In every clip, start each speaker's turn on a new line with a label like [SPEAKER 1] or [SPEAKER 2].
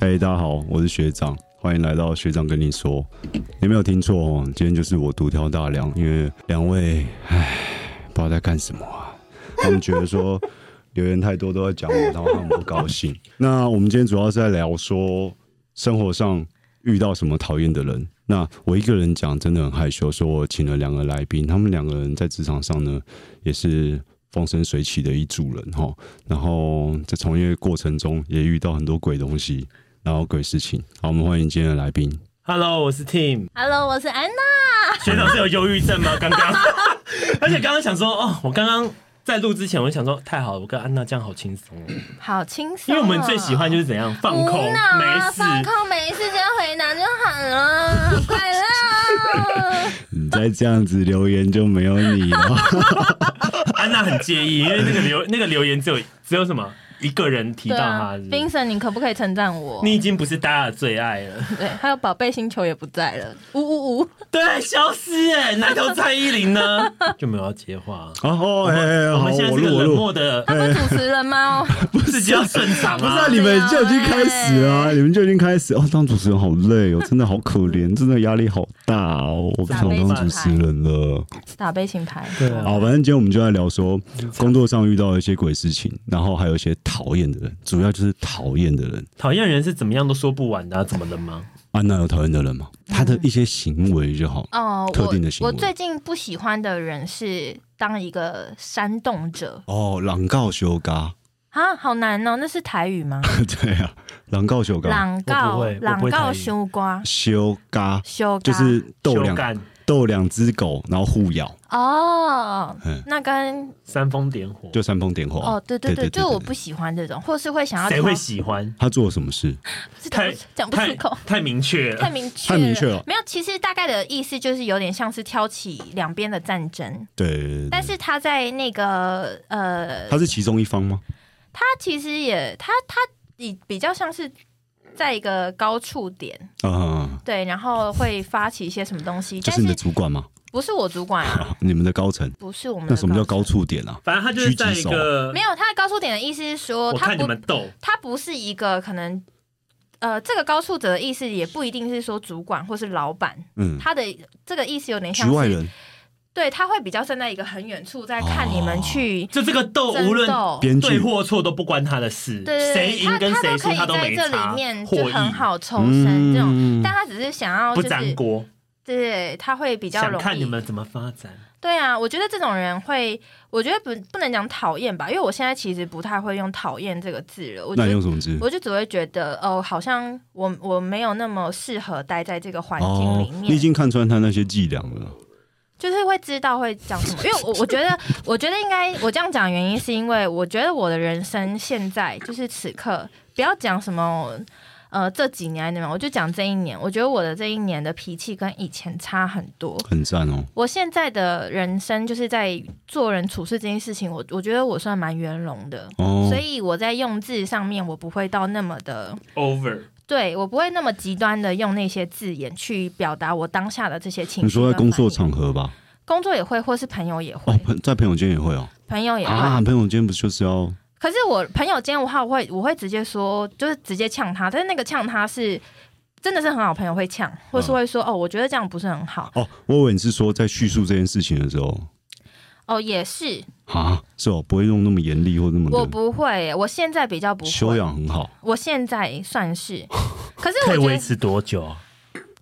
[SPEAKER 1] 嗨，哎大家好，我是学长，欢迎来到学长跟你说。你没有听错哦，今天就是我独挑大梁，因为两位唉，不知道在干什么啊。他们觉得说 留言太多都在讲我，然后他们不高兴。 那我们今天主要是在聊说生活上遇到什么讨厌的人。那我一个人讲真的很害羞，所以我请了两个来宾，他们两个人在职场上呢也是风生水起的一组人哈。然后在从业过程中也遇到很多鬼东西，然后鬼事情。好，我们欢迎今天的来宾。
[SPEAKER 2] Hello，我是 Tim。
[SPEAKER 3] Hello，我是安娜。
[SPEAKER 2] 学长是有忧郁 症吗？刚刚，而且刚刚想说，哦，我刚刚在录之前，我就想说，太好了，我跟安娜这样好轻松哦，
[SPEAKER 3] 好轻
[SPEAKER 2] 因
[SPEAKER 3] 松、啊
[SPEAKER 2] 为我们最喜欢就是怎样放空，
[SPEAKER 3] 无脑
[SPEAKER 2] 没
[SPEAKER 3] 啊，
[SPEAKER 2] 事。
[SPEAKER 3] 放空没事就回南就好 了，快啊乐。
[SPEAKER 1] 你再这样子留言就没有你了。
[SPEAKER 2] 安娜很介意，因为那个留那个留言只有只有什么一个人提到
[SPEAKER 3] 对
[SPEAKER 2] 他
[SPEAKER 3] 啊
[SPEAKER 2] 是不是
[SPEAKER 3] ，Vincent，你可不可以称赞我？
[SPEAKER 2] 你已经不是大家的最爱 了。
[SPEAKER 3] 对，还有宝贝星球也不在了，呜呜呜，
[SPEAKER 2] 对，消失哎，哪头蔡依林呢？就没有要接话。
[SPEAKER 1] 哦哦，哎哎，哎
[SPEAKER 2] 我
[SPEAKER 1] 好，
[SPEAKER 2] 们现在
[SPEAKER 1] 我
[SPEAKER 2] 是个
[SPEAKER 1] 录我
[SPEAKER 2] 冷
[SPEAKER 1] 录。
[SPEAKER 2] 漠啊的，
[SPEAKER 3] 他不是主持 人吗？
[SPEAKER 2] 自己要顺场
[SPEAKER 1] 不是啊，
[SPEAKER 2] 啊。
[SPEAKER 1] 你们就已经开始了啊，你们就已经开始哦。当主持人好累哦，真的好可怜，真的压力好大哦。我不想当主持人了。
[SPEAKER 3] 打悲情牌。
[SPEAKER 2] 对啊
[SPEAKER 1] 好，反正今天我们就在聊说工作上遇到一些鬼事情，然后还有一些讨厌的人，主要就是讨厌的人。
[SPEAKER 2] 讨厌人是怎么样都说不完的啊，怎么了吗？
[SPEAKER 1] 安娜有讨厌的人吗？
[SPEAKER 2] 嗯
[SPEAKER 1] 他的一些行为就好。
[SPEAKER 3] 哦，
[SPEAKER 1] 特定的行
[SPEAKER 3] 我
[SPEAKER 1] 为
[SPEAKER 3] 我最近不喜欢的人是当一个煽动者
[SPEAKER 1] 哦，狼告修嘎，
[SPEAKER 3] 啊，好难哦，那是台语吗？
[SPEAKER 1] 对啊，狼告修嘎，
[SPEAKER 3] 朗
[SPEAKER 2] 我
[SPEAKER 3] 告
[SPEAKER 2] 不会我不会
[SPEAKER 3] 朗
[SPEAKER 2] 台
[SPEAKER 3] 告
[SPEAKER 2] 语
[SPEAKER 3] 修瓜
[SPEAKER 1] 修嘎
[SPEAKER 3] 修
[SPEAKER 1] 就
[SPEAKER 3] 嘎
[SPEAKER 1] 是斗
[SPEAKER 2] 修
[SPEAKER 1] 两
[SPEAKER 2] 干
[SPEAKER 1] 斗两只狗，然后互咬，
[SPEAKER 3] 哦
[SPEAKER 1] 嗯，
[SPEAKER 3] 那跟
[SPEAKER 2] 煽风点火，
[SPEAKER 1] 就煽风点火。啊
[SPEAKER 3] 哦，对对
[SPEAKER 1] 对
[SPEAKER 3] 对，就是我不喜欢这种，或是会想要
[SPEAKER 2] 谁会
[SPEAKER 3] 挑
[SPEAKER 2] 喜欢？
[SPEAKER 1] 他做了什么事？
[SPEAKER 3] 这讲
[SPEAKER 2] 太
[SPEAKER 3] 不讲不
[SPEAKER 2] 太
[SPEAKER 3] 出 口，
[SPEAKER 2] 太明确
[SPEAKER 3] 太
[SPEAKER 2] 了。
[SPEAKER 3] 明确，
[SPEAKER 1] 太明确了
[SPEAKER 3] 没有，其实大概的意思就是有点像是挑起两边的战争，
[SPEAKER 1] 对对对对
[SPEAKER 3] 但是他在那个呃，
[SPEAKER 1] 他是其中一方吗？
[SPEAKER 3] 他其实也他他比比较像是在一个高处点，
[SPEAKER 1] 啊，
[SPEAKER 3] 对，然后会发起一些什么东西，
[SPEAKER 1] 就
[SPEAKER 3] 但
[SPEAKER 1] 是你的
[SPEAKER 3] 是
[SPEAKER 1] 主管嘛，
[SPEAKER 3] 不是我主管啊，
[SPEAKER 1] 你们的高层。
[SPEAKER 3] 不是我们的
[SPEAKER 1] 那什么叫高
[SPEAKER 3] 层？
[SPEAKER 1] 触点啊？
[SPEAKER 2] 反正他就是在一个
[SPEAKER 3] 没，有，他的高处点的意思是说，
[SPEAKER 2] 我
[SPEAKER 3] 他
[SPEAKER 2] 看你
[SPEAKER 3] 不
[SPEAKER 2] 们斗，
[SPEAKER 3] 他不是一个可能，呃，这个高处者的意思也不一定是说主管或是老板，
[SPEAKER 1] 嗯，
[SPEAKER 3] 他的这个意思有点像
[SPEAKER 1] 局
[SPEAKER 3] 是
[SPEAKER 1] 外，人
[SPEAKER 3] 对，他会比较站在一个很远处在看你们去
[SPEAKER 2] 就这个斗
[SPEAKER 3] 争
[SPEAKER 2] 无论
[SPEAKER 3] 斗，
[SPEAKER 1] 编
[SPEAKER 2] 对
[SPEAKER 1] 剧
[SPEAKER 2] 或错都不关他的事，
[SPEAKER 3] 对对
[SPEAKER 2] 谁
[SPEAKER 3] 对，
[SPEAKER 2] 赢
[SPEAKER 3] 他
[SPEAKER 2] 跟
[SPEAKER 3] 他
[SPEAKER 2] 谁
[SPEAKER 3] 都可
[SPEAKER 2] 输
[SPEAKER 3] 以
[SPEAKER 2] 他都
[SPEAKER 3] 在
[SPEAKER 2] 没
[SPEAKER 3] 这
[SPEAKER 2] 差
[SPEAKER 3] 里，面就
[SPEAKER 2] 获
[SPEAKER 3] 很
[SPEAKER 2] 益
[SPEAKER 3] 好抽身这种，
[SPEAKER 1] 嗯
[SPEAKER 3] 但他只是想要
[SPEAKER 2] 不
[SPEAKER 3] 就
[SPEAKER 2] 沾
[SPEAKER 3] 是
[SPEAKER 2] 锅，
[SPEAKER 3] 对，他会比较
[SPEAKER 2] 想
[SPEAKER 3] 容
[SPEAKER 2] 看你
[SPEAKER 3] 易，
[SPEAKER 2] 们怎么发展。
[SPEAKER 3] 对啊，我觉得这种人会，我觉得不不能讲讨厌吧，因为我现在其实不太会用讨厌这个字了，我觉
[SPEAKER 1] 那你
[SPEAKER 3] 得
[SPEAKER 1] 用什么字？
[SPEAKER 3] 我就只会觉得，哦，好像我我没有那么适合待在这个环境
[SPEAKER 1] 哦
[SPEAKER 3] 里，
[SPEAKER 1] 你已
[SPEAKER 3] 面，
[SPEAKER 1] 经看穿他那些伎俩了。
[SPEAKER 3] 就是会知道会讲什么。因为我我 觉得，我觉得应该我这样讲，原因是因为我觉得我的人生现在就是此刻，不要讲什么。呃，这几年还怎么样？我就讲这一年，我觉得我的这一年的脾气跟以前差很多。
[SPEAKER 1] 很赞哦，
[SPEAKER 3] 我现在的人生就是在做人处事这件事情，我我觉得我算蛮圆融的，
[SPEAKER 1] 哦
[SPEAKER 3] 所，以我在用字上面我不会到那么的
[SPEAKER 2] Over，
[SPEAKER 3] 对我不会那么极端的用那些字眼去表达我当下的这些情绪。
[SPEAKER 1] 你说在工作，场合吧？
[SPEAKER 3] 工作也会，或是朋友也会，
[SPEAKER 1] 哦，朋在朋友间也会哦。
[SPEAKER 3] 朋友也会。
[SPEAKER 1] 啊，朋友间不就是要
[SPEAKER 3] 可是我朋友间的话，我会我会直接说，就是直接呛他，但是那个呛他是真的是很好朋友会呛，或
[SPEAKER 1] 嗯
[SPEAKER 3] 是会说、哦，我觉得这样不是很好。
[SPEAKER 1] 哦？我以为你是说在叙述这件事情的时候
[SPEAKER 3] 哦，也是，
[SPEAKER 1] 啊，是哦，不会用那么严厉或那么
[SPEAKER 3] 我
[SPEAKER 1] 的
[SPEAKER 3] 不会，我现在比较不
[SPEAKER 1] 嗯修
[SPEAKER 3] 会，
[SPEAKER 1] 养很好。
[SPEAKER 3] 我现在算 是。可是
[SPEAKER 2] 可以
[SPEAKER 3] 我觉
[SPEAKER 2] 维
[SPEAKER 3] 得，
[SPEAKER 2] 持多久啊？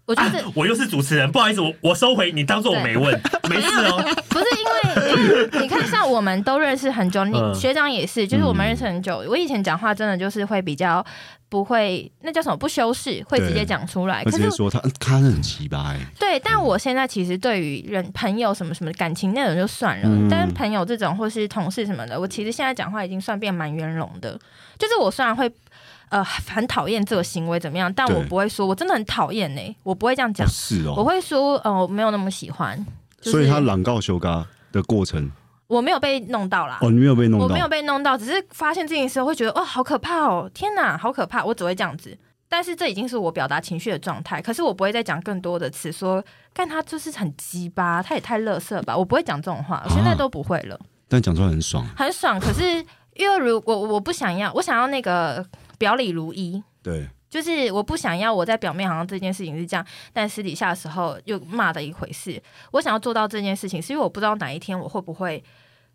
[SPEAKER 3] 我觉得、
[SPEAKER 2] 我又是主持人，不好意思，我我收回，你当做我没问，没事 哦。
[SPEAKER 3] 不是因为，因为你看，像我们都认识很久，你
[SPEAKER 2] 嗯
[SPEAKER 3] 学长也是，就是我们认识很久。我以前讲话真的就是会比较不会，那叫什么不修饰，会直接讲出来。
[SPEAKER 1] 我
[SPEAKER 3] 哎可
[SPEAKER 1] 直
[SPEAKER 3] 是
[SPEAKER 1] 接说他，呃他是很奇葩哎。
[SPEAKER 3] 对，但我现在其实对于人朋友什么什么感情那种就算了，
[SPEAKER 1] 嗯
[SPEAKER 3] 但是朋友这种或是同事什么的，我其实现在讲话已经算变蛮圆融的。就是我虽然会呃很讨厌这个行为怎么样，但我
[SPEAKER 1] 对
[SPEAKER 3] 不会说我真的很讨厌呢，我不会这样
[SPEAKER 1] 哦
[SPEAKER 3] 讲，
[SPEAKER 1] 是
[SPEAKER 3] 我
[SPEAKER 1] 哦，
[SPEAKER 3] 会说呃我没有那么喜欢。就是、
[SPEAKER 1] 所以他朗告修嘎的过程，
[SPEAKER 3] 我没有被弄到啦，
[SPEAKER 1] 哦，你没有被弄
[SPEAKER 3] 啊我
[SPEAKER 1] 到
[SPEAKER 3] 没有被弄到，只是发现这件事会觉得哇，好可怕哦！天哪，好可怕！我只会这样子，但是这已经是我表达情绪的状态。可是我不会再讲更多的词，说干他就是很鸡巴，他也太乐色吧！我不会讲这种话，我现
[SPEAKER 1] 啊
[SPEAKER 3] 在都不会了，
[SPEAKER 1] 但讲出来很爽。
[SPEAKER 3] 很爽。可是因为如果我我不想要，我想要那个表里如一，
[SPEAKER 1] 对，
[SPEAKER 3] 就是我不想要我在表面好像这件事情是这样，但私底下的时候又骂的一回事。我想要做到这件事情，是因为我不知道哪一天我会不会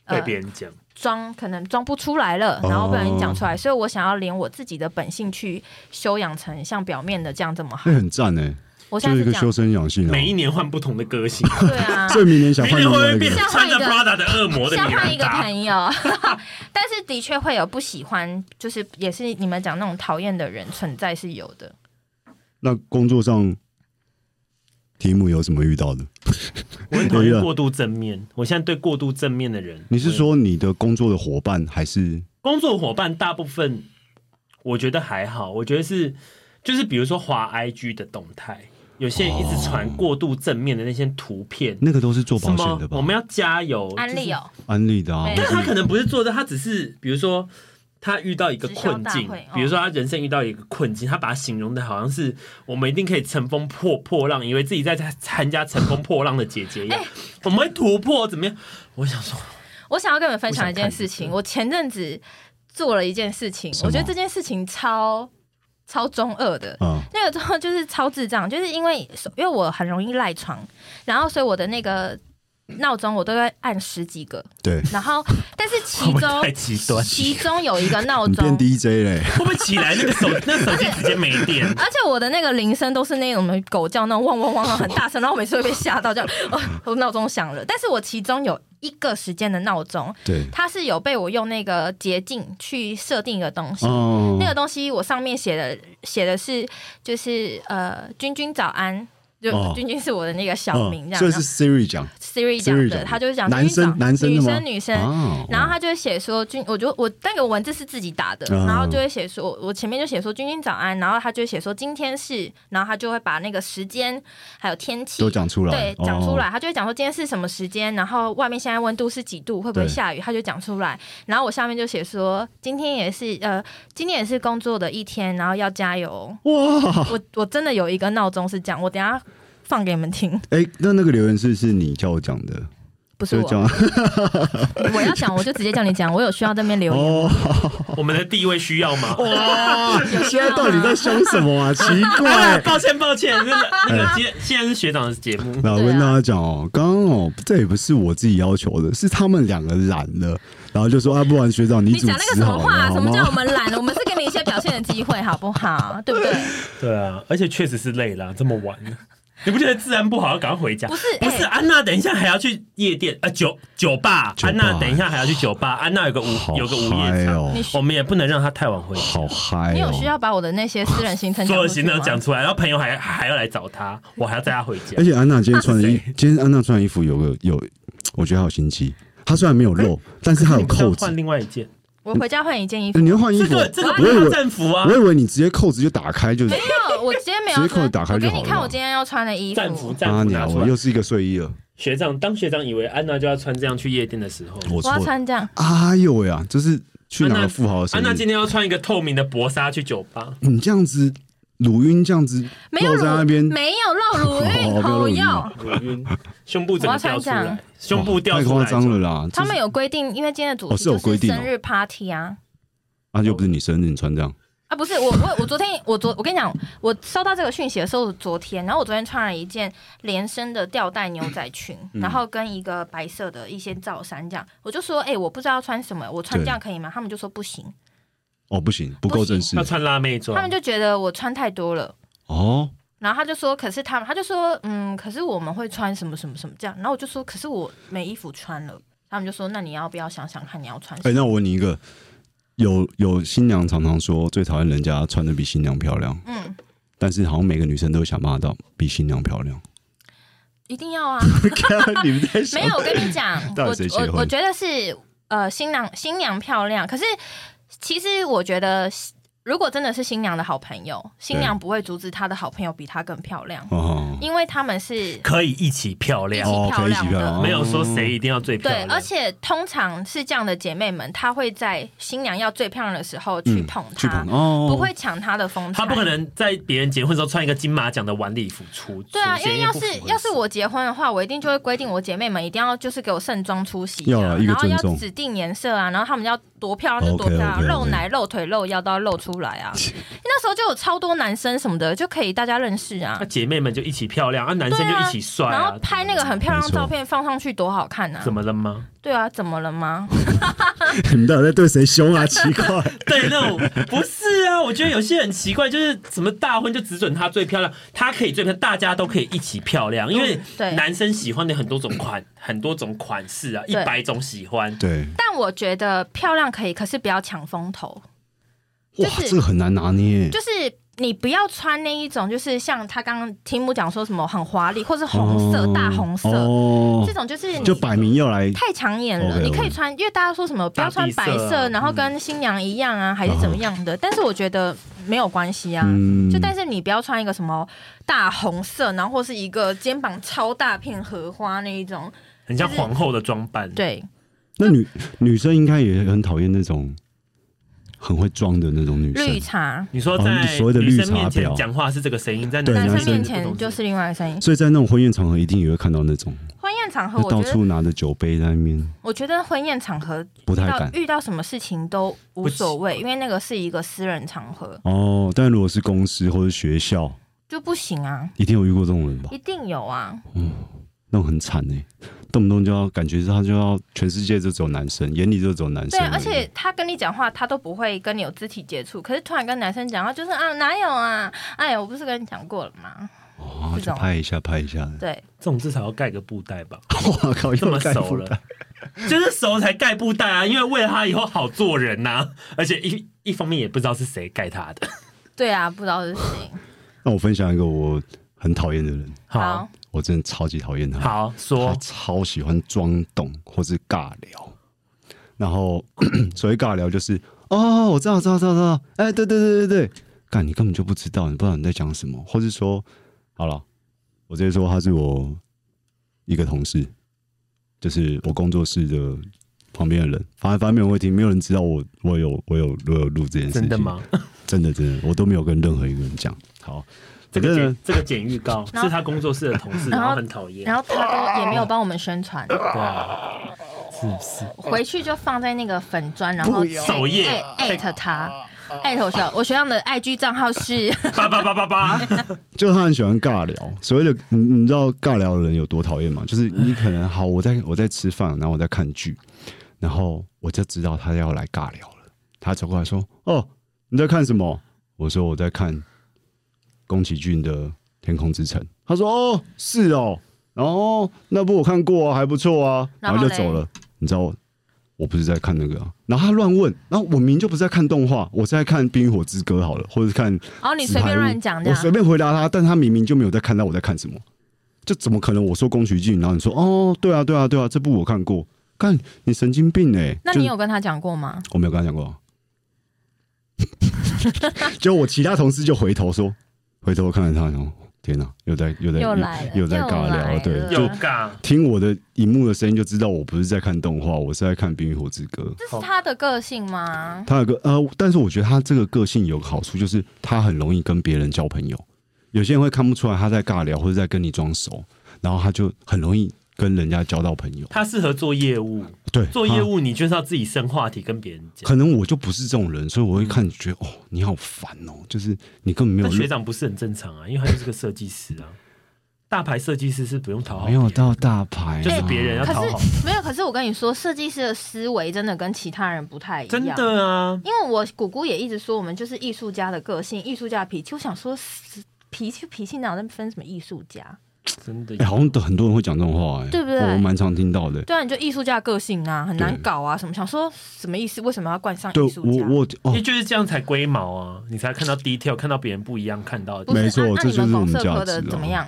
[SPEAKER 3] 嗯
[SPEAKER 2] 被别人讲，
[SPEAKER 3] 装可能装不出来了，
[SPEAKER 1] 哦
[SPEAKER 3] 然后不小心讲出来，所以我想要连我自己的本性去修养成像表面的这样这么好。
[SPEAKER 1] 那很赞哎，
[SPEAKER 3] 我现
[SPEAKER 1] 就
[SPEAKER 3] 在
[SPEAKER 1] 是一
[SPEAKER 3] 是这
[SPEAKER 1] 个修
[SPEAKER 3] 样，
[SPEAKER 1] 身养性啊。
[SPEAKER 2] 每一年换不同的歌 星，
[SPEAKER 3] 对啊，
[SPEAKER 1] 所以明年想
[SPEAKER 2] 明
[SPEAKER 1] 换另
[SPEAKER 2] 年会不
[SPEAKER 1] 外
[SPEAKER 2] 会
[SPEAKER 1] 一
[SPEAKER 2] 变
[SPEAKER 1] 个
[SPEAKER 2] 成穿着
[SPEAKER 3] 像换
[SPEAKER 2] Prada 的恶魔的
[SPEAKER 3] 像
[SPEAKER 2] 米
[SPEAKER 3] 换
[SPEAKER 2] 兰
[SPEAKER 3] 一个
[SPEAKER 2] 达？
[SPEAKER 3] 朋友，但是的确会有不喜欢，就是也是你们讲那种讨厌的人存在是有的。
[SPEAKER 1] 那工作上题目有什么遇到的？
[SPEAKER 2] 我很讨厌过度正面，我现在对过度正面的人，
[SPEAKER 1] 你是
[SPEAKER 2] 我
[SPEAKER 1] 说你的工作的伙伴还是
[SPEAKER 2] 工作伙伴大部分我觉得还好，我觉得是就是比如说滑 IG 的动态，有些人一直传过度正面的那些图片，
[SPEAKER 1] 那个都是做
[SPEAKER 2] 什
[SPEAKER 1] 保
[SPEAKER 2] 么
[SPEAKER 1] 哦险的吧
[SPEAKER 2] 我？们要加油，
[SPEAKER 3] 安利哦，
[SPEAKER 1] 安利的啊，
[SPEAKER 3] 没
[SPEAKER 2] 就是。
[SPEAKER 3] 有
[SPEAKER 2] 但他可能不是做的，他只是比如说。他遇到一个困
[SPEAKER 3] 直销
[SPEAKER 2] 境
[SPEAKER 3] 大会哦，
[SPEAKER 2] 比如说他人生遇到一个困境，他把它形容的好像是我们一定可以乘风破破浪，以为自己在参加乘风破浪的姐姐一
[SPEAKER 3] 哎
[SPEAKER 2] 样，我们会突破怎么样？我想说，
[SPEAKER 3] 我想要跟你们分享一件事情，我前阵子做了一件事情
[SPEAKER 1] 什，么
[SPEAKER 3] 我觉得这件事情超超中二的。
[SPEAKER 1] 啊，
[SPEAKER 3] 那个之后就是超智障，就是因为因为我很容易赖床，然后所以我的那个闹钟我都会按十几个，
[SPEAKER 1] 对，
[SPEAKER 3] 然后但 是
[SPEAKER 2] 会
[SPEAKER 3] 其
[SPEAKER 2] 不会太
[SPEAKER 3] 中
[SPEAKER 2] 极端？
[SPEAKER 3] 其中有一个闹
[SPEAKER 1] 你变
[SPEAKER 3] 钟。
[SPEAKER 1] DJ 嘞，
[SPEAKER 2] 会不会起来那个手那手机直接没电？
[SPEAKER 3] 而且我的那个铃声都是那种狗叫那种汪汪汪 汪很大声，然后我每次会被吓到，这样、哦、我闹钟响了。但是我其中有一个时间的闹钟，
[SPEAKER 1] 对，
[SPEAKER 3] 它是有被我用那个捷径去设定一个东西，
[SPEAKER 1] 哦
[SPEAKER 3] 那个东西我上面写的写的是就是呃君君早安，就、
[SPEAKER 1] 哦
[SPEAKER 3] 君君是我的那个小名这样，
[SPEAKER 1] 所以
[SPEAKER 3] 然
[SPEAKER 1] 是
[SPEAKER 3] 后
[SPEAKER 1] Siri 讲
[SPEAKER 3] Siri 讲
[SPEAKER 1] Siri 讲
[SPEAKER 3] 的，
[SPEAKER 1] 的
[SPEAKER 3] 他就是讲
[SPEAKER 1] 男生
[SPEAKER 3] 君君早
[SPEAKER 1] 男生
[SPEAKER 3] 女
[SPEAKER 1] 的吗
[SPEAKER 3] 生女生。
[SPEAKER 1] 啊，
[SPEAKER 3] 然后他就会写说君，我就我那个文字是自己打的，
[SPEAKER 1] 嗯
[SPEAKER 3] 然后就会写说，我前面就写说君君早安，然后他就会写说今天是，然后他就会把那个时间还有天气
[SPEAKER 1] 都讲出来，
[SPEAKER 3] 对，讲出来，
[SPEAKER 1] 哦，
[SPEAKER 3] 他就会讲说今天是什么时间，然后外面现在温度是几度，会不会
[SPEAKER 1] 对
[SPEAKER 3] 下雨，他就讲出来。然后我下面就写说，今天也是呃，今天也是工作的一天，然后要加油哦。
[SPEAKER 1] 哇，
[SPEAKER 3] 我我真的有一个闹钟是这样，我等一下放给你们听，
[SPEAKER 1] 哎，那那个留言是是你叫我讲的，
[SPEAKER 3] 不是
[SPEAKER 1] 就
[SPEAKER 3] 我
[SPEAKER 1] 是，这样，
[SPEAKER 3] 我要讲我就直接叫你讲，我有需要这边留言。
[SPEAKER 1] 哦，
[SPEAKER 2] 我们的地位需要吗？
[SPEAKER 1] 哇，现在到底在凶什么 啊？奇
[SPEAKER 2] 啊
[SPEAKER 1] 怪，
[SPEAKER 2] 抱歉，抱歉，真的，那个今天现在是学长的节目，
[SPEAKER 1] 那我跟大家讲哦，刚刚哦，这也不是我自己要求的，是他们两个懒了，然后就说啊，不然学长你
[SPEAKER 3] 你
[SPEAKER 1] 主
[SPEAKER 3] 讲那个
[SPEAKER 1] 持
[SPEAKER 3] 什么
[SPEAKER 1] 好
[SPEAKER 3] 话？
[SPEAKER 1] 了，好
[SPEAKER 3] 什么叫我
[SPEAKER 1] 吗？
[SPEAKER 3] 们懒？我们是给你一些表现的机会，好不好？对不对？
[SPEAKER 2] 对啊，而且确实是累了，这么 晚了。你不觉得治安不好，要赶快回家？
[SPEAKER 3] 不是
[SPEAKER 2] 不是，
[SPEAKER 3] 哎
[SPEAKER 2] 安娜，等一下还要去夜店，呃，酒酒吧。
[SPEAKER 1] 酒吧
[SPEAKER 2] 安娜，等一下还要去酒吧。安娜有个午
[SPEAKER 1] 好
[SPEAKER 2] 有个午
[SPEAKER 1] 嗨
[SPEAKER 2] 夜场，
[SPEAKER 1] 哦
[SPEAKER 3] 你，
[SPEAKER 2] 我们也不能让她太晚回家。
[SPEAKER 1] 好嗨
[SPEAKER 3] 你有需
[SPEAKER 1] 哦！
[SPEAKER 3] 要把我的那些私人行程
[SPEAKER 2] 所
[SPEAKER 3] 讲
[SPEAKER 2] 有
[SPEAKER 3] 出去
[SPEAKER 2] 行程
[SPEAKER 3] 吗
[SPEAKER 2] 讲出来，然后朋友还还要来找她，我还要带她回家
[SPEAKER 1] 而。且安娜今天穿的衣
[SPEAKER 2] 他是，
[SPEAKER 1] 今天安娜穿的衣服有个有，我觉得好心机。她虽然没有露，但是她有
[SPEAKER 2] 哎你不要
[SPEAKER 1] 扣子
[SPEAKER 2] 换。另外一件，
[SPEAKER 3] 我回家换一件衣服。
[SPEAKER 1] 哎你要换衣
[SPEAKER 2] 这
[SPEAKER 1] 服哦
[SPEAKER 2] 个，这个不
[SPEAKER 1] 我以
[SPEAKER 2] 是
[SPEAKER 1] 为
[SPEAKER 2] 战服啊哎
[SPEAKER 1] 我，以为你直接扣子就打开就
[SPEAKER 3] 没有，我今天没有
[SPEAKER 1] 直
[SPEAKER 3] 穿。
[SPEAKER 1] 接扣打开
[SPEAKER 3] 我
[SPEAKER 1] 就
[SPEAKER 3] 给
[SPEAKER 1] 好了
[SPEAKER 3] 你看我今天要穿的衣
[SPEAKER 2] 战服
[SPEAKER 3] 服。
[SPEAKER 2] 战
[SPEAKER 1] 啊
[SPEAKER 2] 服拿
[SPEAKER 1] 娘，
[SPEAKER 2] 出
[SPEAKER 1] 我
[SPEAKER 2] 来
[SPEAKER 1] 又。是一个睡衣了，
[SPEAKER 2] 学长当学长以为安娜就要穿这样去夜店的时候，
[SPEAKER 1] 我
[SPEAKER 3] 我
[SPEAKER 1] 错
[SPEAKER 3] 要
[SPEAKER 1] 了。
[SPEAKER 3] 穿这样，
[SPEAKER 1] 哎呦喂啊，就是去哪
[SPEAKER 2] 安娜
[SPEAKER 1] 个富豪的生
[SPEAKER 2] 安娜
[SPEAKER 1] 日
[SPEAKER 2] 今？天要穿一个透明的薄纱去酒吧，
[SPEAKER 1] 你这样子，乳晕这样子
[SPEAKER 3] 没有
[SPEAKER 1] 露在那边
[SPEAKER 3] 乳，没有露乳
[SPEAKER 1] 哦
[SPEAKER 3] 晕，
[SPEAKER 1] 没有露
[SPEAKER 3] 好
[SPEAKER 1] 乳晕
[SPEAKER 3] 用。
[SPEAKER 2] 我晕，胸部整个掉出
[SPEAKER 3] 我要穿
[SPEAKER 2] 来
[SPEAKER 3] 这，
[SPEAKER 2] 胸部掉
[SPEAKER 1] 太
[SPEAKER 2] 出
[SPEAKER 1] 夸
[SPEAKER 2] 来，
[SPEAKER 1] 张了啦！
[SPEAKER 3] 他
[SPEAKER 1] 就是
[SPEAKER 3] 们有规定，因为今天的主
[SPEAKER 1] 哦
[SPEAKER 3] 题
[SPEAKER 1] 是有
[SPEAKER 3] 就
[SPEAKER 1] 规
[SPEAKER 3] 是
[SPEAKER 1] 定哦
[SPEAKER 3] 生日 party 啊。
[SPEAKER 1] 啊，又不是你生日，你穿这样，
[SPEAKER 3] 啊，不是我我我昨天我昨我跟你讲，我收到这个讯息的时候，我昨天，然后我昨天穿了一件连身的吊带牛仔裙，
[SPEAKER 1] 嗯
[SPEAKER 3] 然后跟一个白色的一些罩衫，这样，我就说，哎、我不知道要穿什么，我穿
[SPEAKER 1] 对
[SPEAKER 3] 这样可以吗？他们就说不行，
[SPEAKER 1] 哦，不行，不够正式
[SPEAKER 2] 要穿辣妹装
[SPEAKER 1] 啊
[SPEAKER 3] 他。们就觉得我穿太多了。
[SPEAKER 1] 哦。
[SPEAKER 3] 然后他就说，可是他们，他就说，嗯，可是我们会穿什么什么什么这样。然后我就说，可是我没衣服穿了。他们就说，那你要不要想想看你要穿什
[SPEAKER 1] 哎，
[SPEAKER 3] 么？
[SPEAKER 1] 那我问你一个，有有新娘常常说最讨厌人家穿的比新娘漂亮，
[SPEAKER 3] 嗯，
[SPEAKER 1] 但是好像每个女生都想办法到比新娘漂 亮。
[SPEAKER 3] 一定要啊。
[SPEAKER 1] 你们在想，
[SPEAKER 3] 没有，我跟你讲
[SPEAKER 1] 到
[SPEAKER 3] 我
[SPEAKER 1] 底谁结婚
[SPEAKER 3] 我我觉得是呃，新郎新娘漂亮，可是其实我觉得。如果真的是新娘的好朋友，新娘不会阻止她的好朋友比她更漂亮，
[SPEAKER 1] 哦，
[SPEAKER 3] 因为他们是
[SPEAKER 2] 可以一起漂亮，
[SPEAKER 1] 哦，可以一起漂亮，
[SPEAKER 2] 没有说谁一定要最漂
[SPEAKER 3] 对，
[SPEAKER 2] 亮。
[SPEAKER 3] 而且通常是这样的姐妹们，她会在新娘要最漂亮的时候去
[SPEAKER 1] 嗯
[SPEAKER 3] 捧
[SPEAKER 1] 去
[SPEAKER 3] 她，
[SPEAKER 1] 捧哦，
[SPEAKER 3] 不会抢她的风采。
[SPEAKER 2] 他不可能在别人结婚的时候穿一个金马奖的晚礼服出。
[SPEAKER 3] 对啊，
[SPEAKER 2] 出现
[SPEAKER 3] 因为
[SPEAKER 2] 不
[SPEAKER 3] 要是
[SPEAKER 2] 符合
[SPEAKER 3] 要是我结婚的话，我一定就会规定我姐妹们一定要就是给我盛装出席、
[SPEAKER 1] 要
[SPEAKER 3] 啊，
[SPEAKER 1] 啊一个
[SPEAKER 3] 然后要
[SPEAKER 1] 尊重
[SPEAKER 3] 指定颜色啊，然后她们要多漂亮就
[SPEAKER 1] OK，
[SPEAKER 3] 多漂亮
[SPEAKER 1] OK，OK
[SPEAKER 3] 露奶、露腿、露腰都要露出来啊。那时候就有超多男生什么的，就可以大家认识啊
[SPEAKER 2] 那。姐妹们就一起漂亮，啊，男生就一起帅
[SPEAKER 3] 然
[SPEAKER 2] 啊
[SPEAKER 3] 后，拍那个很漂亮的照片放上去多好看啊
[SPEAKER 2] 怎！么了吗？
[SPEAKER 3] 对啊，怎么了吗？
[SPEAKER 1] 你们到底在对谁凶啊？奇怪，
[SPEAKER 2] 对，那种不是啊，我觉得有些很奇怪，就是什么大婚就只准她最漂亮，她可以最漂亮，大家都可以一起漂亮，因为
[SPEAKER 3] 嗯对
[SPEAKER 2] 男生喜欢的很多种款，很多种款式啊，一
[SPEAKER 3] 对
[SPEAKER 2] 百种喜欢。
[SPEAKER 1] 对，
[SPEAKER 3] 但我觉得漂亮可以，可是不要抢风头，
[SPEAKER 1] 哇，
[SPEAKER 3] 就是
[SPEAKER 1] 这个很难拿捏。
[SPEAKER 3] 就是。你不要穿那一种，就是像他刚刚听木讲说什么很华丽，或是红色、
[SPEAKER 1] 哦
[SPEAKER 3] 大红色、
[SPEAKER 1] 哦
[SPEAKER 3] 这，种，就是你
[SPEAKER 1] 就摆明要来
[SPEAKER 3] 太抢眼了。
[SPEAKER 1] OK，OK
[SPEAKER 3] 你可以穿，因为大家说什么不要穿
[SPEAKER 2] 大
[SPEAKER 3] 白
[SPEAKER 2] 地色
[SPEAKER 3] 色，
[SPEAKER 2] 啊
[SPEAKER 3] 然后跟新娘一样啊，还是怎么样 的？但是我觉得没有关系啊。
[SPEAKER 1] 嗯
[SPEAKER 3] 就但是你不要穿一个什么大红色，然后或是一个肩膀超大片荷花那一种，
[SPEAKER 2] 很像皇后的装扮，，
[SPEAKER 3] 对，
[SPEAKER 1] 那女女生应该也很讨厌那种很会装的那种女生
[SPEAKER 3] 绿，茶。
[SPEAKER 2] 你说
[SPEAKER 1] 哦
[SPEAKER 2] 在
[SPEAKER 1] 你所谓的
[SPEAKER 2] 女
[SPEAKER 1] 绿
[SPEAKER 2] 生
[SPEAKER 1] 茶
[SPEAKER 2] 面前
[SPEAKER 1] 婊
[SPEAKER 2] 讲话是这个声音，在
[SPEAKER 1] 对
[SPEAKER 3] 男
[SPEAKER 1] 男
[SPEAKER 3] 生
[SPEAKER 1] 生
[SPEAKER 3] 面前就是另外一个声音。
[SPEAKER 1] 所以在那种婚宴场合一定也会看到那种，
[SPEAKER 3] 婚宴场合，
[SPEAKER 1] 就
[SPEAKER 3] 哦我
[SPEAKER 1] 到
[SPEAKER 3] 觉得，
[SPEAKER 1] 处拿着酒杯在那边，
[SPEAKER 3] 我觉得婚宴场合
[SPEAKER 1] 不太
[SPEAKER 3] 到
[SPEAKER 1] 敢。
[SPEAKER 3] 遇到什么事情都无所谓，因为那个是一个私人场合，
[SPEAKER 1] 哦，但如果是公司或者学校，
[SPEAKER 3] 就不行啊，
[SPEAKER 1] 一定有遇过这种人吧？
[SPEAKER 3] 一定有啊。
[SPEAKER 1] 那种很惨哎、动不动就要感觉他就要全世界就只有男生，眼里就只有男
[SPEAKER 3] 对
[SPEAKER 1] 生
[SPEAKER 3] 啊
[SPEAKER 1] 已。，
[SPEAKER 3] 而且他跟你讲话，他都不会跟你有肢体接触，可是突然跟男生讲话，就是啊，哪有啊？哎呀，我不是跟你讲过了吗？
[SPEAKER 1] 哇，
[SPEAKER 3] 这
[SPEAKER 1] 就
[SPEAKER 3] 种
[SPEAKER 1] 拍一下拍一下的，
[SPEAKER 3] 对，
[SPEAKER 2] 这种至少要盖个布袋 吧，
[SPEAKER 1] 哇靠，
[SPEAKER 2] 这么
[SPEAKER 1] 又盖
[SPEAKER 2] 熟
[SPEAKER 1] 布
[SPEAKER 2] 了
[SPEAKER 1] 袋，
[SPEAKER 2] 就是熟才盖布袋啊，因为为了他以后好做人呐、而且一一方面也不知道是谁盖他的。
[SPEAKER 3] 对啊，不知道是谁。
[SPEAKER 1] 那我分享一个我很讨厌的人，
[SPEAKER 3] 好，
[SPEAKER 1] 我真的超级讨厌他。
[SPEAKER 2] 好哦
[SPEAKER 1] 他
[SPEAKER 2] 说，
[SPEAKER 1] 超喜欢装懂或是尬聊，然后所谓尬聊就是哦，我知道，知道，知道，知道，哎，对对对对对，干你根本就不知道，你不知道你在讲什么，或是说好了，我直接说他是我一个同事，就是我工作室的旁边的人，反正反正没有人会听，没有人知道我我有我有我有录这件事情，
[SPEAKER 2] 真的？吗？
[SPEAKER 1] 真的真的，我都没有跟任何一个人讲。好，
[SPEAKER 2] 这
[SPEAKER 1] 反
[SPEAKER 2] 个
[SPEAKER 1] 正
[SPEAKER 2] 简这个简预告
[SPEAKER 3] 然后
[SPEAKER 2] 是他工作室的同事，
[SPEAKER 3] 然后
[SPEAKER 2] 然后很讨厌，
[SPEAKER 3] 然后他都也没有帮我们宣传，
[SPEAKER 2] 对啊，是不是？
[SPEAKER 3] 回去就放在那个粉砖，然后哎
[SPEAKER 2] 首页
[SPEAKER 3] 艾特他，艾特我学校，我学校的 IG 账号 是
[SPEAKER 2] 叭叭叭叭 叭，
[SPEAKER 1] 就他很喜欢尬聊，所谓的你你知道尬聊的人有多讨厌吗？就是你可能好，我在我在吃饭，然后我在看剧，然后我就知道他要来尬聊了。他走过来说：“哦，你在看什么？”我说：“我在看宫崎骏的《天空之城》。”他说：“哦，是哦，然后那部我看过啊，还不错啊。”
[SPEAKER 3] 然
[SPEAKER 1] 然后
[SPEAKER 3] 后
[SPEAKER 1] 就
[SPEAKER 3] 嘞
[SPEAKER 1] 走了。你知道我我不是在看那个、啊，然后他乱问，然后我明明就不是在看动画，我是在看《冰与火之歌》好了，或者是看
[SPEAKER 3] 然后你随便乱讲这
[SPEAKER 1] 我随
[SPEAKER 3] 样，
[SPEAKER 1] 便回答他，但他明明就没有在看到我在看什么，就怎么可能？我说宫崎骏，然后你说哦，对啊，对啊，对啊，这部我看过，看你神经病哎、
[SPEAKER 3] 那
[SPEAKER 1] 就
[SPEAKER 3] 你有跟他讲过吗？
[SPEAKER 1] 我没有跟他讲过 啊，就我其他同事就回头说，回头看着他，然后天哪、又在又在
[SPEAKER 3] 又来了
[SPEAKER 1] 又在
[SPEAKER 3] 又
[SPEAKER 1] 尬
[SPEAKER 3] 来
[SPEAKER 1] 聊，对
[SPEAKER 3] 了，
[SPEAKER 2] 有
[SPEAKER 1] 就
[SPEAKER 2] 尬，
[SPEAKER 1] 听我的荧幕的声音就知道我不是在看动画，我是在看《冰与火之歌》。
[SPEAKER 3] 这是他的个性吗？
[SPEAKER 1] 他有个呃，但是我觉得他这个个性有个好处，就是他很容易跟别人交朋友。有些人会看不出来他在尬聊或者在跟你装熟，然后他就很容易跟人家交到朋友。
[SPEAKER 2] 他适合做业务，
[SPEAKER 1] 对，
[SPEAKER 2] 做业
[SPEAKER 1] 啊
[SPEAKER 2] 务你就是要自己生话题跟别人讲。
[SPEAKER 1] 可能我就不是这种人，所以我会看觉得哦，你好烦哦，就是你根本没有
[SPEAKER 2] 那学长不是很正常啊，因为他就是个设计师啊，大牌设计师是不用讨好
[SPEAKER 1] 没
[SPEAKER 2] 别人，
[SPEAKER 1] 有到大牌、啊，
[SPEAKER 2] 就是别人要
[SPEAKER 3] 可
[SPEAKER 2] 讨好，
[SPEAKER 3] 是没有，可是我跟你说，设计师的思维真的跟其他人不太一样。
[SPEAKER 2] 真的啊，
[SPEAKER 3] 因为我姑姑也一直说我们就是艺术家的个性，艺术家的脾气。我想说，死脾气脾气哪有那么分什么艺术家？
[SPEAKER 2] 真的
[SPEAKER 1] 哎、。好像很多人会讲这种话、哎，
[SPEAKER 3] 对不对
[SPEAKER 1] 我蛮常听到的。
[SPEAKER 3] 对啊，你就艺术家的个性啊，很难
[SPEAKER 1] 对
[SPEAKER 3] 搞啊，什么想说什么意思？为什么要冠上
[SPEAKER 1] 对
[SPEAKER 3] 艺术家？
[SPEAKER 1] 我我
[SPEAKER 2] 因
[SPEAKER 1] 哦
[SPEAKER 2] 为，就是这样才龟毛啊，你才看到 detail，看到别人不一样，看到
[SPEAKER 3] 不是
[SPEAKER 1] 没错
[SPEAKER 3] 啊
[SPEAKER 1] 这
[SPEAKER 3] 那
[SPEAKER 1] 就
[SPEAKER 3] 你
[SPEAKER 1] 是
[SPEAKER 3] 们
[SPEAKER 1] 我
[SPEAKER 3] 广
[SPEAKER 1] 们
[SPEAKER 3] 设
[SPEAKER 1] 价
[SPEAKER 3] 科的
[SPEAKER 1] 值啊
[SPEAKER 3] 怎么样？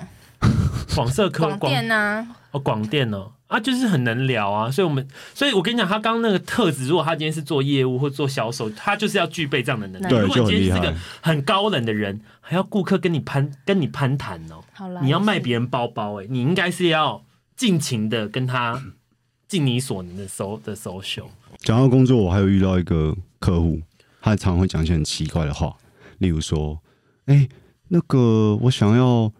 [SPEAKER 2] 广色科
[SPEAKER 3] 广电呐、
[SPEAKER 2] 哦，广电哦，啊，就是很能聊啊，所以我们，所以我跟你讲，他刚刚那个特质，如果他今天是做业务或做销售，他就是要具备这样的能力。
[SPEAKER 3] 对
[SPEAKER 2] 如果你今天是
[SPEAKER 1] 就很
[SPEAKER 2] 个
[SPEAKER 1] 厉害
[SPEAKER 2] 很高冷的人，还要顾客跟你攀跟你攀谈哦，
[SPEAKER 3] 好啦，
[SPEAKER 2] 你要卖别人包包、哎，你应该是要尽情的跟他 尽你所能的搜的搜寻。
[SPEAKER 1] 讲到工作，我还有遇到一个客户，他常会讲一些很奇怪的话，例如说：“哎、那个我想要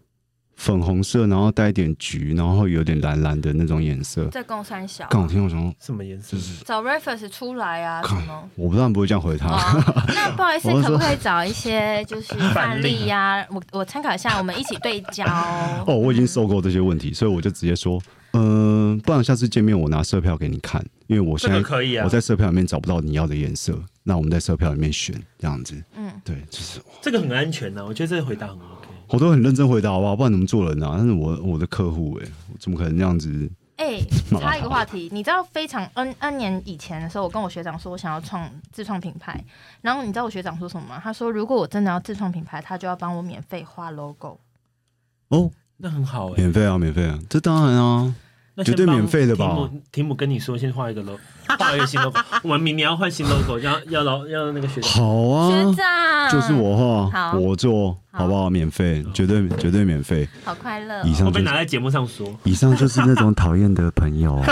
[SPEAKER 1] 粉红色，然后带一点橘，然后有点蓝蓝的那种颜色。
[SPEAKER 3] 在共三小
[SPEAKER 1] 刚我听我想说，
[SPEAKER 2] 什么颜色？
[SPEAKER 3] 找 reference 出来啊什
[SPEAKER 1] 看
[SPEAKER 3] 么。
[SPEAKER 1] 我不但不会这样回他，
[SPEAKER 3] 哦， 那不好意思，
[SPEAKER 1] 我是
[SPEAKER 3] 可
[SPEAKER 1] 说啊
[SPEAKER 3] 不可以找一些就是范例呀、我我参考一下，我们一起对焦。
[SPEAKER 1] 哦，我已经受够这些问题，所以我就直接说，嗯、不然下次见面我拿色票给你看，因为我
[SPEAKER 2] 这
[SPEAKER 1] 现在
[SPEAKER 2] 个可以啊
[SPEAKER 1] 我，在色票里面找不到你要的颜色，那我们在色票里面选这样子。
[SPEAKER 3] 嗯，
[SPEAKER 1] 对，就是
[SPEAKER 2] 这个很安全啊呐、我觉得这个回答很 OK。
[SPEAKER 1] 我都很认真回答，好不好？不然怎么做人啊？但是我我的客户哎、我怎么可能那样子？
[SPEAKER 3] 哎、插一个话题，你知道非常 N N 年以前的时候，我跟我学长说我想要创自创品牌，然后你知道我学长说什么吗？他说如果我真的要自创品牌，他就要帮我免费画 logo。
[SPEAKER 1] 哦，
[SPEAKER 2] 那很好哎、
[SPEAKER 1] 免费啊，免费啊，这当然啊，
[SPEAKER 2] 那
[SPEAKER 1] 绝对免费的吧
[SPEAKER 2] 提姆，提姆跟你说，先画一个 logo，画一个新 logo。我 们明年要换新 logo，要要老要那个学长。
[SPEAKER 1] 好啊
[SPEAKER 3] 学，长，
[SPEAKER 1] 就是，我画，
[SPEAKER 3] 好
[SPEAKER 1] 我做，
[SPEAKER 3] 好
[SPEAKER 1] 好不好？呃免费，绝对绝对免费。
[SPEAKER 3] 好快乐、
[SPEAKER 1] 以
[SPEAKER 2] 我
[SPEAKER 1] 上就
[SPEAKER 2] 被
[SPEAKER 1] 是
[SPEAKER 2] 拿在节目上说
[SPEAKER 1] 以上就是那种讨厌的朋友啊。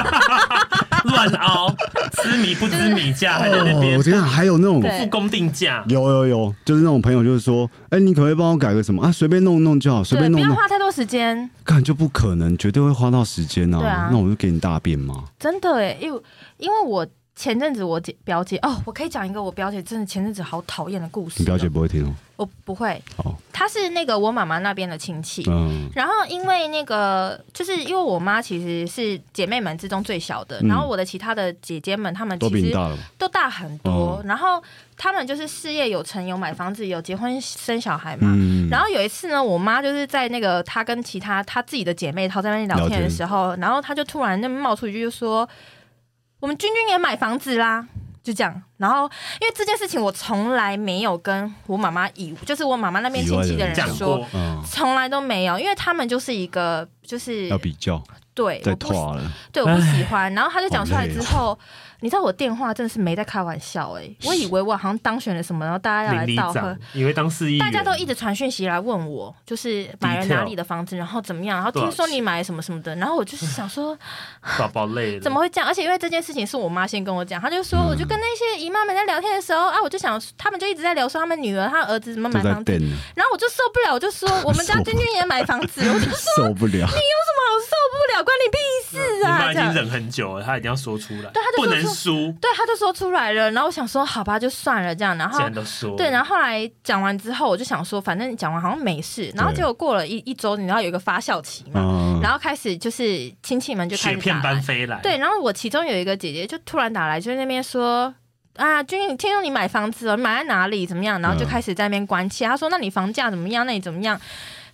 [SPEAKER 2] 乱凹，吃米不知米价，还在那
[SPEAKER 1] 哦，
[SPEAKER 2] 边
[SPEAKER 1] 我天啊，还有那种
[SPEAKER 3] 对
[SPEAKER 2] 不公定价。
[SPEAKER 1] 有有有，就是那种朋友，就是说，哎、你可不可以帮我改个什么啊？随便弄弄就好，随
[SPEAKER 3] 对，
[SPEAKER 1] 便
[SPEAKER 3] 不
[SPEAKER 1] 弄
[SPEAKER 3] 要
[SPEAKER 1] 弄，
[SPEAKER 3] 花太多时间，
[SPEAKER 1] 干就不可能，绝对会花到时间呐、
[SPEAKER 3] 对啊
[SPEAKER 1] 那我就给你大便嘛。
[SPEAKER 3] 真的哎，因为因为我前阵子我姐表姐哦，我可以讲一个我表姐真的前阵子好讨厌的故事。
[SPEAKER 1] 你表姐，不会听哦、
[SPEAKER 3] 我不会，
[SPEAKER 1] 好，
[SPEAKER 3] 她是那个我妈妈那边的亲戚。
[SPEAKER 1] 嗯，
[SPEAKER 3] 然后因为那个，就是因为我妈其实是姐妹们之中最小的，
[SPEAKER 1] 嗯
[SPEAKER 3] 然后我的其他的姐姐们，她们
[SPEAKER 1] 都
[SPEAKER 3] 其
[SPEAKER 1] 比你
[SPEAKER 3] 实
[SPEAKER 1] 大了吧，
[SPEAKER 3] 都大很多
[SPEAKER 1] 哦，
[SPEAKER 3] 然后她们就是事业有成，有买房子，有结婚生小孩嘛。
[SPEAKER 1] 嗯，
[SPEAKER 3] 然
[SPEAKER 1] 后
[SPEAKER 3] 后有一次呢，我妈就是在那个她跟其他她自己的姐妹她在那边聊天的时候，然后她就突然那冒出一句就说：“我们君君也买房子啦。”就这样，然后因为这件事情，我从来没有跟我妈妈以，就是我妈妈那边亲戚的人
[SPEAKER 1] 以外的
[SPEAKER 2] 讲
[SPEAKER 1] 人
[SPEAKER 3] 说，
[SPEAKER 2] 过，
[SPEAKER 1] 嗯，
[SPEAKER 3] 从来都没有，因为他们就是一个就是
[SPEAKER 1] 要比较，
[SPEAKER 3] 对，
[SPEAKER 1] 再
[SPEAKER 3] 我不
[SPEAKER 1] 跨了，
[SPEAKER 3] 对我不喜欢。然后他就讲出来
[SPEAKER 1] 好累
[SPEAKER 3] 之
[SPEAKER 1] 哦
[SPEAKER 3] 后，你知道我电话真的是没在开玩笑哎、我以为我好像当选了什么，然后大家要
[SPEAKER 2] 邻
[SPEAKER 3] 来
[SPEAKER 2] 里
[SPEAKER 3] 道贺
[SPEAKER 2] 长。以为当市议员，
[SPEAKER 3] 大家都一直传讯息来问我，就是买了
[SPEAKER 2] Detail
[SPEAKER 3] 哪里的房子，然后怎么样，然后听说你买了什么什么的，然后我就是想说，
[SPEAKER 2] 宝宝累了，
[SPEAKER 3] 怎么会这样？而且因为这件事情是我妈先跟我讲，她就说，
[SPEAKER 1] 嗯
[SPEAKER 3] 我就跟那些姨妈们在聊天的时候啊，我就想，他们就一直在聊说他们女儿、他儿子怎么
[SPEAKER 1] 都
[SPEAKER 3] 买
[SPEAKER 1] 在
[SPEAKER 3] 房子，
[SPEAKER 1] 电了，
[SPEAKER 3] 然后我就受不了，我就说我们家君君也买房子，我就说
[SPEAKER 1] 受不 了。
[SPEAKER 3] 我受不了，关你屁事
[SPEAKER 2] 你
[SPEAKER 3] 啊！
[SPEAKER 2] 妈已
[SPEAKER 3] 这
[SPEAKER 2] 经
[SPEAKER 3] 样，
[SPEAKER 2] 忍很久了，她一定要说出来，
[SPEAKER 3] 对她就说
[SPEAKER 2] 不能
[SPEAKER 3] 出
[SPEAKER 2] 输，
[SPEAKER 3] 对，他就说出来了，然后我想说，好吧，就算了这样，然
[SPEAKER 2] 既
[SPEAKER 3] 后
[SPEAKER 2] 然。都说，
[SPEAKER 3] 对，然后后来讲完之后，我就想说，反正讲完好像没事。然后
[SPEAKER 1] 对
[SPEAKER 3] 结果过了一一周，你知道有一个发酵期嘛，
[SPEAKER 1] 嗯，
[SPEAKER 3] 然后开始就是亲戚们就开
[SPEAKER 2] 雪
[SPEAKER 3] 始
[SPEAKER 2] 片
[SPEAKER 3] 打
[SPEAKER 2] 般
[SPEAKER 3] 来。
[SPEAKER 2] 飞来，
[SPEAKER 3] 对，，然后我其中有一个姐姐就突然打来，就在那边说啊，君君，听说你买房子了，你买在哪里？怎么样？然后就
[SPEAKER 1] 嗯
[SPEAKER 3] 开始在那边关切，她说那你房价怎么样？那你怎么样？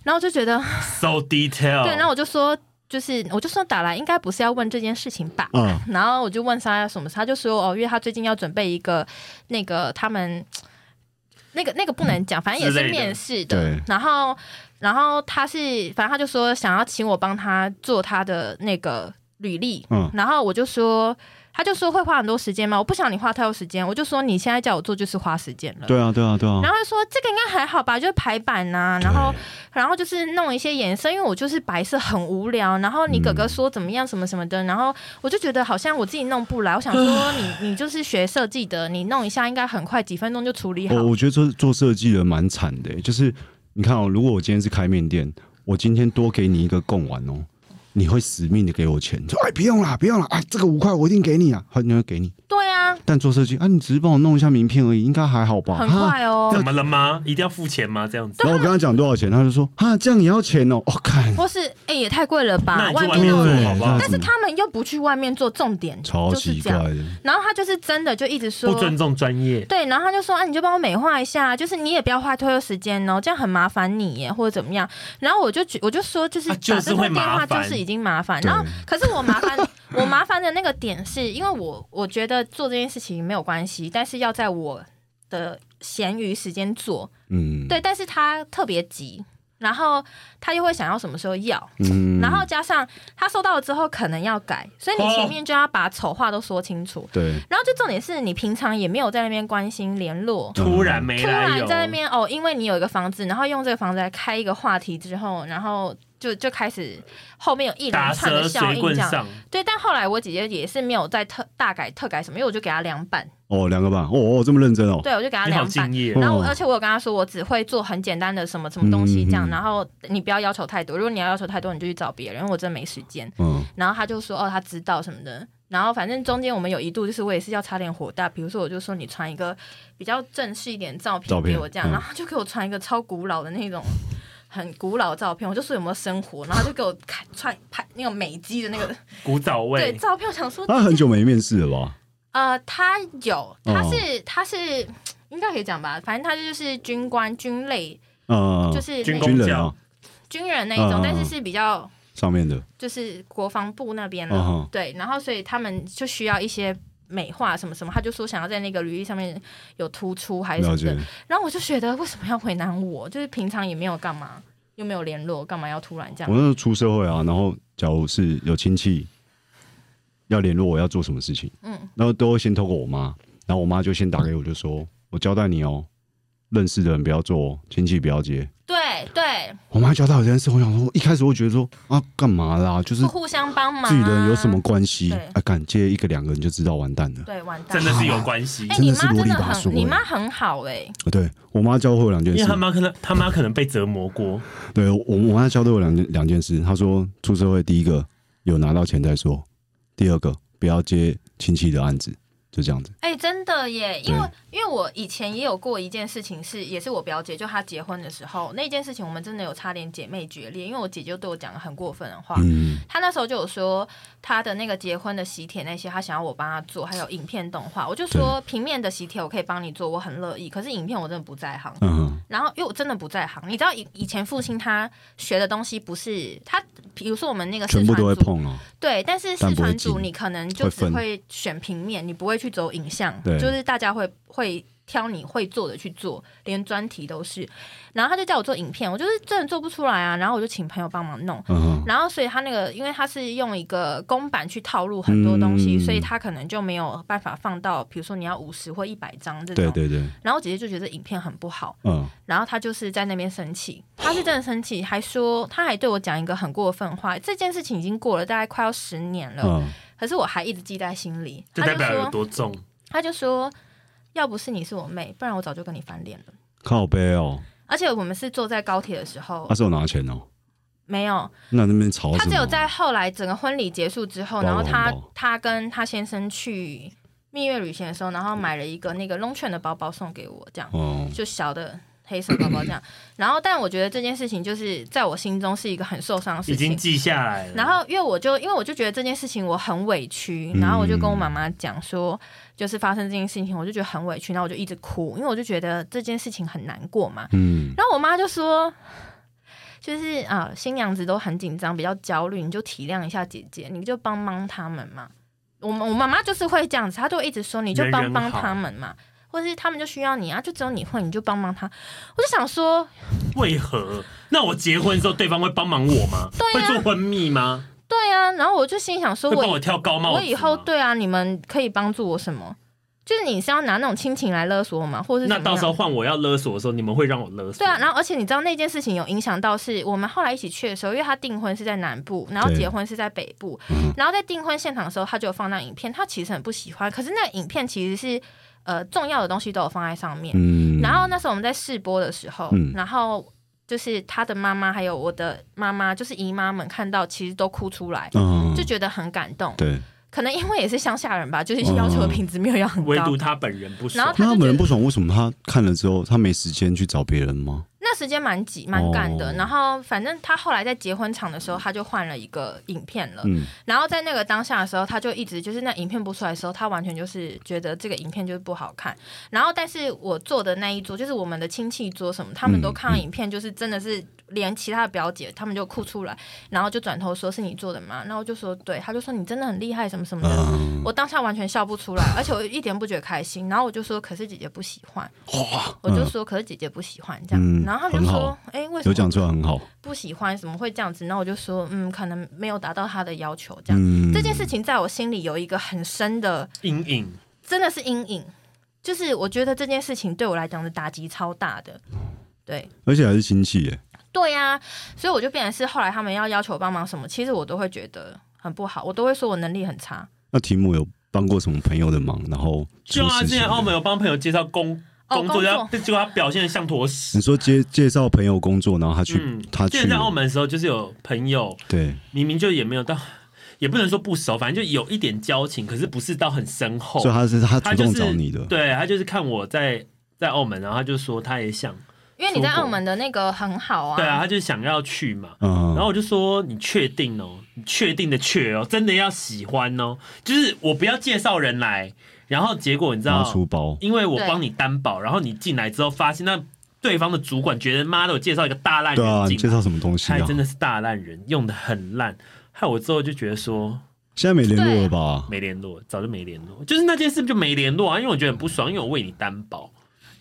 [SPEAKER 3] 然后我就觉得，啊
[SPEAKER 2] so detail，
[SPEAKER 3] 对，然后我就说，就是我就说打来应该不是要问这件事情吧？
[SPEAKER 1] 嗯，
[SPEAKER 3] 然后我就问他要什么事，他就说哦，因为他最近要准备一个那个他们那个那个不能讲，反正也
[SPEAKER 2] 之
[SPEAKER 3] 是
[SPEAKER 2] 类的
[SPEAKER 3] 面试的。
[SPEAKER 1] 对，
[SPEAKER 3] 然后然后他是反正他就说想要请我帮他做他的那个履历，
[SPEAKER 1] 嗯
[SPEAKER 3] 然后我就说。他就说会花很多时间吗？我不想你花太多时间，我就说你现在叫我做就是花时间了。
[SPEAKER 1] 对啊，对啊，对
[SPEAKER 2] 嗯
[SPEAKER 1] 啊。
[SPEAKER 3] 然后他说这个应该还好吧，就是排版呐、然后然后就是弄一些颜色，因为我就是白色很无聊。然后你哥
[SPEAKER 2] 嗯
[SPEAKER 3] 哥说怎么样什么什么的，然后我就觉得好像我自己弄不来。我想
[SPEAKER 2] 啊
[SPEAKER 3] 说你你就是学设计的，你弄一下应该很快几分钟就处理好
[SPEAKER 1] 我。
[SPEAKER 2] 哦
[SPEAKER 1] 我觉得做做设计的蛮惨的、就是你看哦，如果我今天是开面店，我今天多给你一个贡丸哦，你会死命的给我钱，说哎不用啦不用啦，哎这个五块我一定给你啊，好，你会给你。
[SPEAKER 3] 对啊，
[SPEAKER 1] 但做设计啊，你只是帮我弄一下名片而已，应该还好吧？
[SPEAKER 3] 很
[SPEAKER 1] 哈。
[SPEAKER 3] 快哦
[SPEAKER 2] 怎。么了吗？一定要付钱吗？这样子
[SPEAKER 1] 然，后我跟他讲多少钱，他就说啊这样也要钱哦，哦看，哎
[SPEAKER 3] 或是哎、也太贵了
[SPEAKER 2] 那
[SPEAKER 3] 吧，
[SPEAKER 2] 你去外
[SPEAKER 3] 面
[SPEAKER 2] 面
[SPEAKER 3] 弄
[SPEAKER 2] 做
[SPEAKER 1] 对
[SPEAKER 2] 好不好
[SPEAKER 1] 那
[SPEAKER 3] 但？是他们又不去外面做，重点
[SPEAKER 1] 超
[SPEAKER 3] 就是
[SPEAKER 1] 奇
[SPEAKER 3] 这
[SPEAKER 1] 怪
[SPEAKER 3] 样。
[SPEAKER 1] 的，
[SPEAKER 3] 然后他就是真的就一直说
[SPEAKER 2] 不尊重专业，
[SPEAKER 3] 对，然后他就说啊，你就帮我美化一下，就是你也不要花太多时间哦，这样很麻烦你耶，或者怎么样。然后我就觉我就说，就是
[SPEAKER 2] 啊就
[SPEAKER 3] 打
[SPEAKER 2] 是
[SPEAKER 3] 这通
[SPEAKER 2] 会
[SPEAKER 3] 电
[SPEAKER 2] 麻
[SPEAKER 3] 话就
[SPEAKER 2] 烦
[SPEAKER 3] 是已经麻烦。
[SPEAKER 1] 对
[SPEAKER 3] 然后可是我麻烦我麻烦的那个点是因为我我觉得做这件事情没有关系，但是要在我的闲余时间做。
[SPEAKER 1] 嗯，
[SPEAKER 3] 对，，但是他特别急，然后他又会想要什么时候要。
[SPEAKER 1] 嗯，
[SPEAKER 3] 然后加上他收到了之后可能要改，所以你
[SPEAKER 2] 哦
[SPEAKER 3] 前面就要把丑话都说清楚。
[SPEAKER 1] 对，
[SPEAKER 3] 然后就重点是你平常也没有在那边关心联络，
[SPEAKER 2] 突然
[SPEAKER 1] 嗯
[SPEAKER 2] 没
[SPEAKER 3] 突
[SPEAKER 2] 来
[SPEAKER 3] 然
[SPEAKER 2] 由，
[SPEAKER 3] 在那边哦，因为你有一个房子，然后用这个房子来开一个话题之后，然后就就开始后面有一连
[SPEAKER 2] 打
[SPEAKER 3] 串的
[SPEAKER 2] 蛇
[SPEAKER 3] 效
[SPEAKER 2] 随
[SPEAKER 3] 应这
[SPEAKER 2] 棍
[SPEAKER 3] 样。
[SPEAKER 2] 上，
[SPEAKER 3] 对，但后来我姐姐也是没有再特大改特改什么，因为我就给她两版，
[SPEAKER 1] 哦，两个吧，哦哦，这么认真哦，
[SPEAKER 3] 对我就给她
[SPEAKER 2] 你好
[SPEAKER 3] 两
[SPEAKER 2] 敬
[SPEAKER 3] 版。
[SPEAKER 2] 业
[SPEAKER 1] 嗯，
[SPEAKER 3] 然后我，而且我有跟她说，我只会做很简单的什么什么东西这
[SPEAKER 1] 嗯
[SPEAKER 3] 样，
[SPEAKER 1] 嗯嗯
[SPEAKER 3] 然后你不要要求太多。如果你要要求太多，你就去找别人，因为我真的没时间。
[SPEAKER 1] 嗯，
[SPEAKER 3] 然后他就说哦，他知道什么的。然后反正中间我们有一度就是我也是要差点火大，比如说我就说你传一个比较正式一点的照
[SPEAKER 1] 照
[SPEAKER 3] 片
[SPEAKER 1] 片
[SPEAKER 3] 给我这样，
[SPEAKER 1] 嗯
[SPEAKER 3] 然后他就给我传一个超古老的那种。很古老的照片，我就说有没有生活，然后他就给我看传拍那种美肌的那个
[SPEAKER 2] 古早
[SPEAKER 3] 对
[SPEAKER 2] 味，
[SPEAKER 3] 照片，我想说
[SPEAKER 1] 他很久没面试了吧？
[SPEAKER 3] 呃，他有，他是、
[SPEAKER 1] 哦
[SPEAKER 3] 他是应该可以讲吧，反正他就是军官军类，
[SPEAKER 1] 啊，
[SPEAKER 3] 就是
[SPEAKER 2] 军
[SPEAKER 3] 那
[SPEAKER 2] 工
[SPEAKER 1] 军人
[SPEAKER 2] 教
[SPEAKER 1] 啊，
[SPEAKER 3] 军人那一
[SPEAKER 1] 嗯
[SPEAKER 3] 种，
[SPEAKER 1] 嗯嗯
[SPEAKER 3] 但是是比较
[SPEAKER 1] 上面的，
[SPEAKER 3] 就是国防部那边的，
[SPEAKER 1] 嗯哼
[SPEAKER 3] 对，然后所以他们就需要一些美化什么什么，他就说想要在那个履历上面有突出还是什
[SPEAKER 1] 了
[SPEAKER 3] 么
[SPEAKER 1] 解
[SPEAKER 3] 的，，然后我就觉得为什么要为难我？就是平常也没有干嘛，又没有联络，干嘛要突然这
[SPEAKER 1] 我
[SPEAKER 3] 样？
[SPEAKER 1] 那时候出社会啊，然后假如是有亲戚要联络我要做什么事情，
[SPEAKER 3] 嗯，
[SPEAKER 1] 然后都会先透过我妈，然后我妈就先打给我，就说我交代你哦，认识的人不要做哦，亲戚不要接。
[SPEAKER 3] 对对，
[SPEAKER 1] 我妈交代我这件事，我想说，一开始我觉得说啊，干嘛啦？就是
[SPEAKER 3] 不互相帮忙、啊，
[SPEAKER 1] 自己人有什么？关系
[SPEAKER 3] 哦对
[SPEAKER 1] 啊？敢接一个两个人就知道完蛋了。
[SPEAKER 3] 对，完蛋
[SPEAKER 2] 真
[SPEAKER 3] 了。
[SPEAKER 2] 的是有关系
[SPEAKER 3] 哎、。
[SPEAKER 1] 真
[SPEAKER 3] 你
[SPEAKER 1] 的是
[SPEAKER 3] 妈
[SPEAKER 1] 啰
[SPEAKER 3] 真
[SPEAKER 1] 里
[SPEAKER 3] 的
[SPEAKER 1] 吧嗦
[SPEAKER 3] 很，你
[SPEAKER 1] 欸
[SPEAKER 3] 妈很好哎、
[SPEAKER 1] 对我妈教会我两件
[SPEAKER 2] 因为他
[SPEAKER 1] 事，
[SPEAKER 2] 妈可能他妈可能被折磨过，
[SPEAKER 1] 对我我妈教会我两件两件事。她说出社会第一个有拿到钱再说，第二个不要接亲戚的案子，就这样子。
[SPEAKER 3] 哎、真的耶，因为因为我以前也有过一件事情是，也是我表姐，就她结婚的时候那件事情，我们真的有差点姐妹决裂，因为我姐就对我讲了很过分的话。
[SPEAKER 1] 嗯，
[SPEAKER 3] 她那时候就有说，她的那个结婚的喜帖那些，她想要我帮她做，还有影片动画。我就说平面的喜帖我可以帮你做，我很乐意。可是影片我真的不在行。
[SPEAKER 1] 嗯哼，
[SPEAKER 3] 然后因为我真的不在行，你知道以以前父亲他学的东西不是他，比如说我们那个
[SPEAKER 1] 全
[SPEAKER 3] 四
[SPEAKER 1] 部都会
[SPEAKER 3] 川组，
[SPEAKER 1] 碰哦。
[SPEAKER 3] 对，但是
[SPEAKER 1] 但
[SPEAKER 3] 四
[SPEAKER 1] 不会
[SPEAKER 3] 川组
[SPEAKER 1] 进
[SPEAKER 3] 你可能就
[SPEAKER 1] 会
[SPEAKER 3] 只
[SPEAKER 1] 分
[SPEAKER 3] 会选平面，你不会去走影像，
[SPEAKER 1] 对
[SPEAKER 3] 就是大家会会挑你会做的去做，连专题都是。然后他就叫我做影片，我就是真的做不出来啊，然后我就请朋友帮忙弄。
[SPEAKER 1] 嗯哼，
[SPEAKER 3] 然后，所以他那个，因为他是用一个公版去套路很多东西，
[SPEAKER 1] 嗯
[SPEAKER 3] 所以他可能就没有办法放到，比如说你要五十或一百张这种。
[SPEAKER 1] 对对对，
[SPEAKER 3] 然后我姐姐就觉得影片很不好，
[SPEAKER 1] 嗯，
[SPEAKER 3] 然后她就是在那边生气，她是真的生气，还说她还对我讲一个很过分的话。这件事情已经过了大概快要十年了，
[SPEAKER 1] 嗯，
[SPEAKER 3] 可是我还一直记在心里。
[SPEAKER 2] 就
[SPEAKER 3] 她
[SPEAKER 2] 代
[SPEAKER 3] 就
[SPEAKER 2] 表有
[SPEAKER 3] 说，
[SPEAKER 2] 多重。
[SPEAKER 3] 她就说，要不是你是我妹，不然我早就跟你翻脸了。
[SPEAKER 1] 靠背哦，
[SPEAKER 3] 而且我们是坐在高铁的时候，
[SPEAKER 1] 他是有拿钱哦，
[SPEAKER 3] 没有，
[SPEAKER 1] 那那边吵什么？
[SPEAKER 3] 他只有在后来整个婚礼结束之后，
[SPEAKER 1] 包
[SPEAKER 3] 然后他
[SPEAKER 1] 红包
[SPEAKER 3] 他跟他先生去蜜月旅行的时候，然后买了一个那个 long 券的包包送给我，这样
[SPEAKER 1] 哦，
[SPEAKER 3] 就小的黑色包包这样。然后，但我觉得这件事情就是在我心中是一个很受伤的
[SPEAKER 2] 已
[SPEAKER 3] 事
[SPEAKER 2] 经
[SPEAKER 3] 情。
[SPEAKER 2] 记下来了。
[SPEAKER 3] 然后，因为我就因为我就觉得这件事情我很委屈，
[SPEAKER 1] 嗯
[SPEAKER 3] 然后我就跟我妈妈讲说，就是发生这件事情，我就觉得很委屈，然后我就一直哭，因为我就觉得这件事情很难过嘛。
[SPEAKER 1] 嗯，
[SPEAKER 3] 然后我妈就说，就是啊，新娘子都很紧张，比较焦虑，你就体谅一下姐姐，你就帮帮他们嘛。我们我妈妈就是会这样子，她就会一直说，你就帮帮他们嘛，
[SPEAKER 2] 嗯
[SPEAKER 3] 或是他们就需要你啊，就只有你会，你就帮帮他。我就想说，
[SPEAKER 2] 为何？那我结婚的时候，对方会帮忙我吗？
[SPEAKER 3] 对啊
[SPEAKER 2] 会做婚蜜吗？
[SPEAKER 3] 对啊，然后我就心想说
[SPEAKER 2] 会
[SPEAKER 3] 我
[SPEAKER 2] 帮
[SPEAKER 3] 以，
[SPEAKER 2] 我挑高帽
[SPEAKER 3] 我
[SPEAKER 2] 子吗
[SPEAKER 3] 以后对啊，你们可以帮助我什么？就是你是要拿那种亲情来勒索我吗？或者是
[SPEAKER 2] 那
[SPEAKER 3] 怎么
[SPEAKER 2] 到时候
[SPEAKER 3] 样
[SPEAKER 2] 换我要勒索的时候，你们会让我勒索？
[SPEAKER 3] 对啊，然后而且你知道那件事情有影响到是我们后来一起去的时候，因为他订婚是在南部，然后
[SPEAKER 1] 对
[SPEAKER 3] 结婚是在北部
[SPEAKER 1] 嗯，
[SPEAKER 3] 然后在订婚现场的时候，他就有放那影片，他其实很不喜欢，可是那影片其实是呃重要的东西都有放在上面。
[SPEAKER 1] 嗯，
[SPEAKER 3] 然后那时候我们在试播的时候，
[SPEAKER 1] 嗯
[SPEAKER 3] 然后就是他的妈妈还有我的妈妈，就是姨妈们看到其实都哭出来，
[SPEAKER 1] 嗯，
[SPEAKER 3] 就觉得很感动。
[SPEAKER 1] 对，嗯
[SPEAKER 3] 可能因为也是乡下人吧，就是要求的品质没有要很
[SPEAKER 2] 唯
[SPEAKER 3] 高
[SPEAKER 2] 独。他本人不
[SPEAKER 3] 然后
[SPEAKER 2] 爽。
[SPEAKER 1] 那
[SPEAKER 3] 就
[SPEAKER 1] 他
[SPEAKER 3] 觉
[SPEAKER 1] 本人
[SPEAKER 3] 得
[SPEAKER 1] 不爽，为什么他看了之后他没时间去找别人吗？
[SPEAKER 3] 那时间蛮挤蛮赶的，
[SPEAKER 1] 哦
[SPEAKER 3] 然后反正他后来在结婚场的时候，他就换了一个影片了。
[SPEAKER 1] 嗯，
[SPEAKER 3] 然后在那个当下的时候，他就一直就是那影片播出来的时候，他完全就是觉得这个影片就是不好看。然后，但是我坐的那一桌，就是我们的亲戚桌什么，他
[SPEAKER 1] 嗯
[SPEAKER 3] 们都看到影片，就是真的是连其他的表姐他们就哭出来，然后就转头说是你做的吗？然后我就说对，他就说你真的很厉害什么什么的。
[SPEAKER 1] 嗯
[SPEAKER 3] 我当下完全笑不出来，而且我一点不觉得开心。然后我就说，可是姐姐不喜欢。
[SPEAKER 1] 哇，
[SPEAKER 3] 我就说，可是姐姐不喜欢这样，
[SPEAKER 1] 嗯
[SPEAKER 3] 然后他们就
[SPEAKER 1] 很
[SPEAKER 3] 说
[SPEAKER 1] 好，
[SPEAKER 3] 哎、为
[SPEAKER 1] 有
[SPEAKER 3] 什
[SPEAKER 1] 讲
[SPEAKER 3] 么
[SPEAKER 1] 出来很好，
[SPEAKER 3] 不喜欢？怎么会这样子？然后我就说，嗯，可能没有达到她的要求这样。
[SPEAKER 1] 嗯，
[SPEAKER 3] 这件事情在我心里有一个很深的，
[SPEAKER 2] 阴影，
[SPEAKER 3] 真的是阴影，就是我觉得这件事情对我来讲的打击超大的。对
[SPEAKER 1] 而且还是亲戚耶，
[SPEAKER 3] 对呀、所以我就变成是后来他们要要求我帮忙什么，其实我都会觉得很不好，我都会说我能力很差。
[SPEAKER 1] 那题目有帮过什么朋友的忙？然后
[SPEAKER 2] 就
[SPEAKER 1] 出
[SPEAKER 2] 他
[SPEAKER 1] 事
[SPEAKER 2] 啊之前
[SPEAKER 1] 情
[SPEAKER 2] 澳门有帮朋友介绍工
[SPEAKER 3] 哦
[SPEAKER 2] 工作，
[SPEAKER 3] 工
[SPEAKER 2] 然
[SPEAKER 3] 作
[SPEAKER 2] 后结果他表现的像坨屎
[SPEAKER 1] 你。说介介绍朋友工作，然后他去、
[SPEAKER 2] 嗯，
[SPEAKER 1] 他
[SPEAKER 2] 之
[SPEAKER 1] 去
[SPEAKER 2] 前在澳门的时候，就是有朋友
[SPEAKER 1] 对，
[SPEAKER 2] 明明就也没有到，也不能说不熟，反正就有一点交情，可是不是到很深厚
[SPEAKER 1] 所以。他是他
[SPEAKER 2] 他
[SPEAKER 1] 主
[SPEAKER 2] 就
[SPEAKER 1] 动
[SPEAKER 2] 是
[SPEAKER 1] 找你的，
[SPEAKER 2] 对哦他就是看我在在澳门，然后他就说他也想，
[SPEAKER 3] 因为你在澳门的那个很好啊，
[SPEAKER 2] 对啊，他就想要去嘛。
[SPEAKER 1] 嗯，
[SPEAKER 2] 然后我就说你确定哦，你确定的确哦，真的要喜欢哦，就是我不要介绍人来，然后结果你知
[SPEAKER 1] 然
[SPEAKER 2] 道
[SPEAKER 1] 后，出包，
[SPEAKER 2] 因为我
[SPEAKER 3] 对
[SPEAKER 2] 帮你担保，然后你进来之后发现那对方的主管觉得妈的，我介绍一个大烂
[SPEAKER 1] 对啊，
[SPEAKER 2] 人
[SPEAKER 1] 你
[SPEAKER 2] 进
[SPEAKER 1] 介
[SPEAKER 2] 来，
[SPEAKER 1] 绍什么东西
[SPEAKER 2] 他还
[SPEAKER 1] 啊？
[SPEAKER 2] 哎真的是大烂人，用的很烂，害我之后就觉得说
[SPEAKER 1] 现在没联络了吧？
[SPEAKER 2] 没联络，早就没联络，就是那件事就没联络啊，因为我觉得很不爽，因为我为你担保，